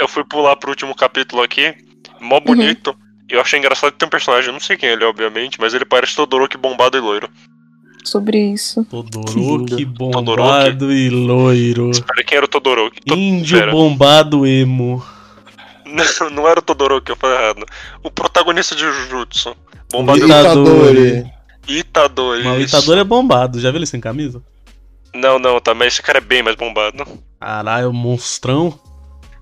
B: eu fui pular pro último capítulo aqui, mó bonito.
E: Uhum.
B: Eu achei engraçado que tem um personagem, eu não sei quem ele é, obviamente, mas ele parece Todoroki bombado e loiro.
E: Uhum.
F: Sobre isso.
D: Que
C: Todoroki
D: lindo.
C: bombado e loiro.
B: Espera, quem era o Todoroki? To-
C: Índio
B: Pera.
C: bombado emo.
B: Não, não era o Todoroki, eu falei errado. O protagonista de Jujutsu. Bombado
C: Ita-
E: Ditadores.
B: Itadori.
C: Mas o
B: isso.
C: Itador é bombado, já viu ele sem camisa?
B: Não, não, tá, mas esse cara é bem mais bombado.
C: Caralho, é um monstrão.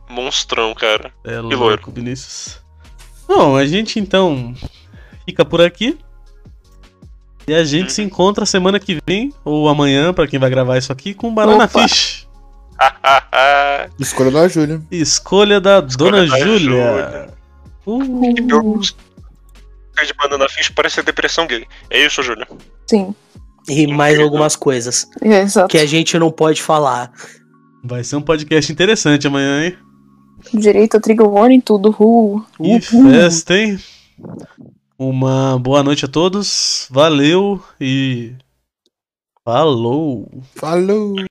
B: Monstrão, cara.
C: É
B: loiro.
C: louco, Vinícius. Bom, a gente então fica por aqui. E a
B: Uhum.
C: gente se encontra semana que vem, ou amanhã, pra quem vai gravar isso aqui, com Banana
F: Opa.
C: Fish.
E: Escolha da Júlia.
C: Escolha da Dona
B: da
C: Júlia.
B: Júlia.
C: Uh,
B: Eu- de banana fish parece ser depressão gay. É isso, Júlio.
F: Sim.
D: E mais algumas coisas
F: É, exato.
D: que a gente não pode falar.
C: vai ser um podcast interessante amanhã, hein?
F: Direito a trigger warning, tudo. Uhul.
C: E festa, hein? Uma boa noite a todos. Valeu e. Falou!
E: Falou.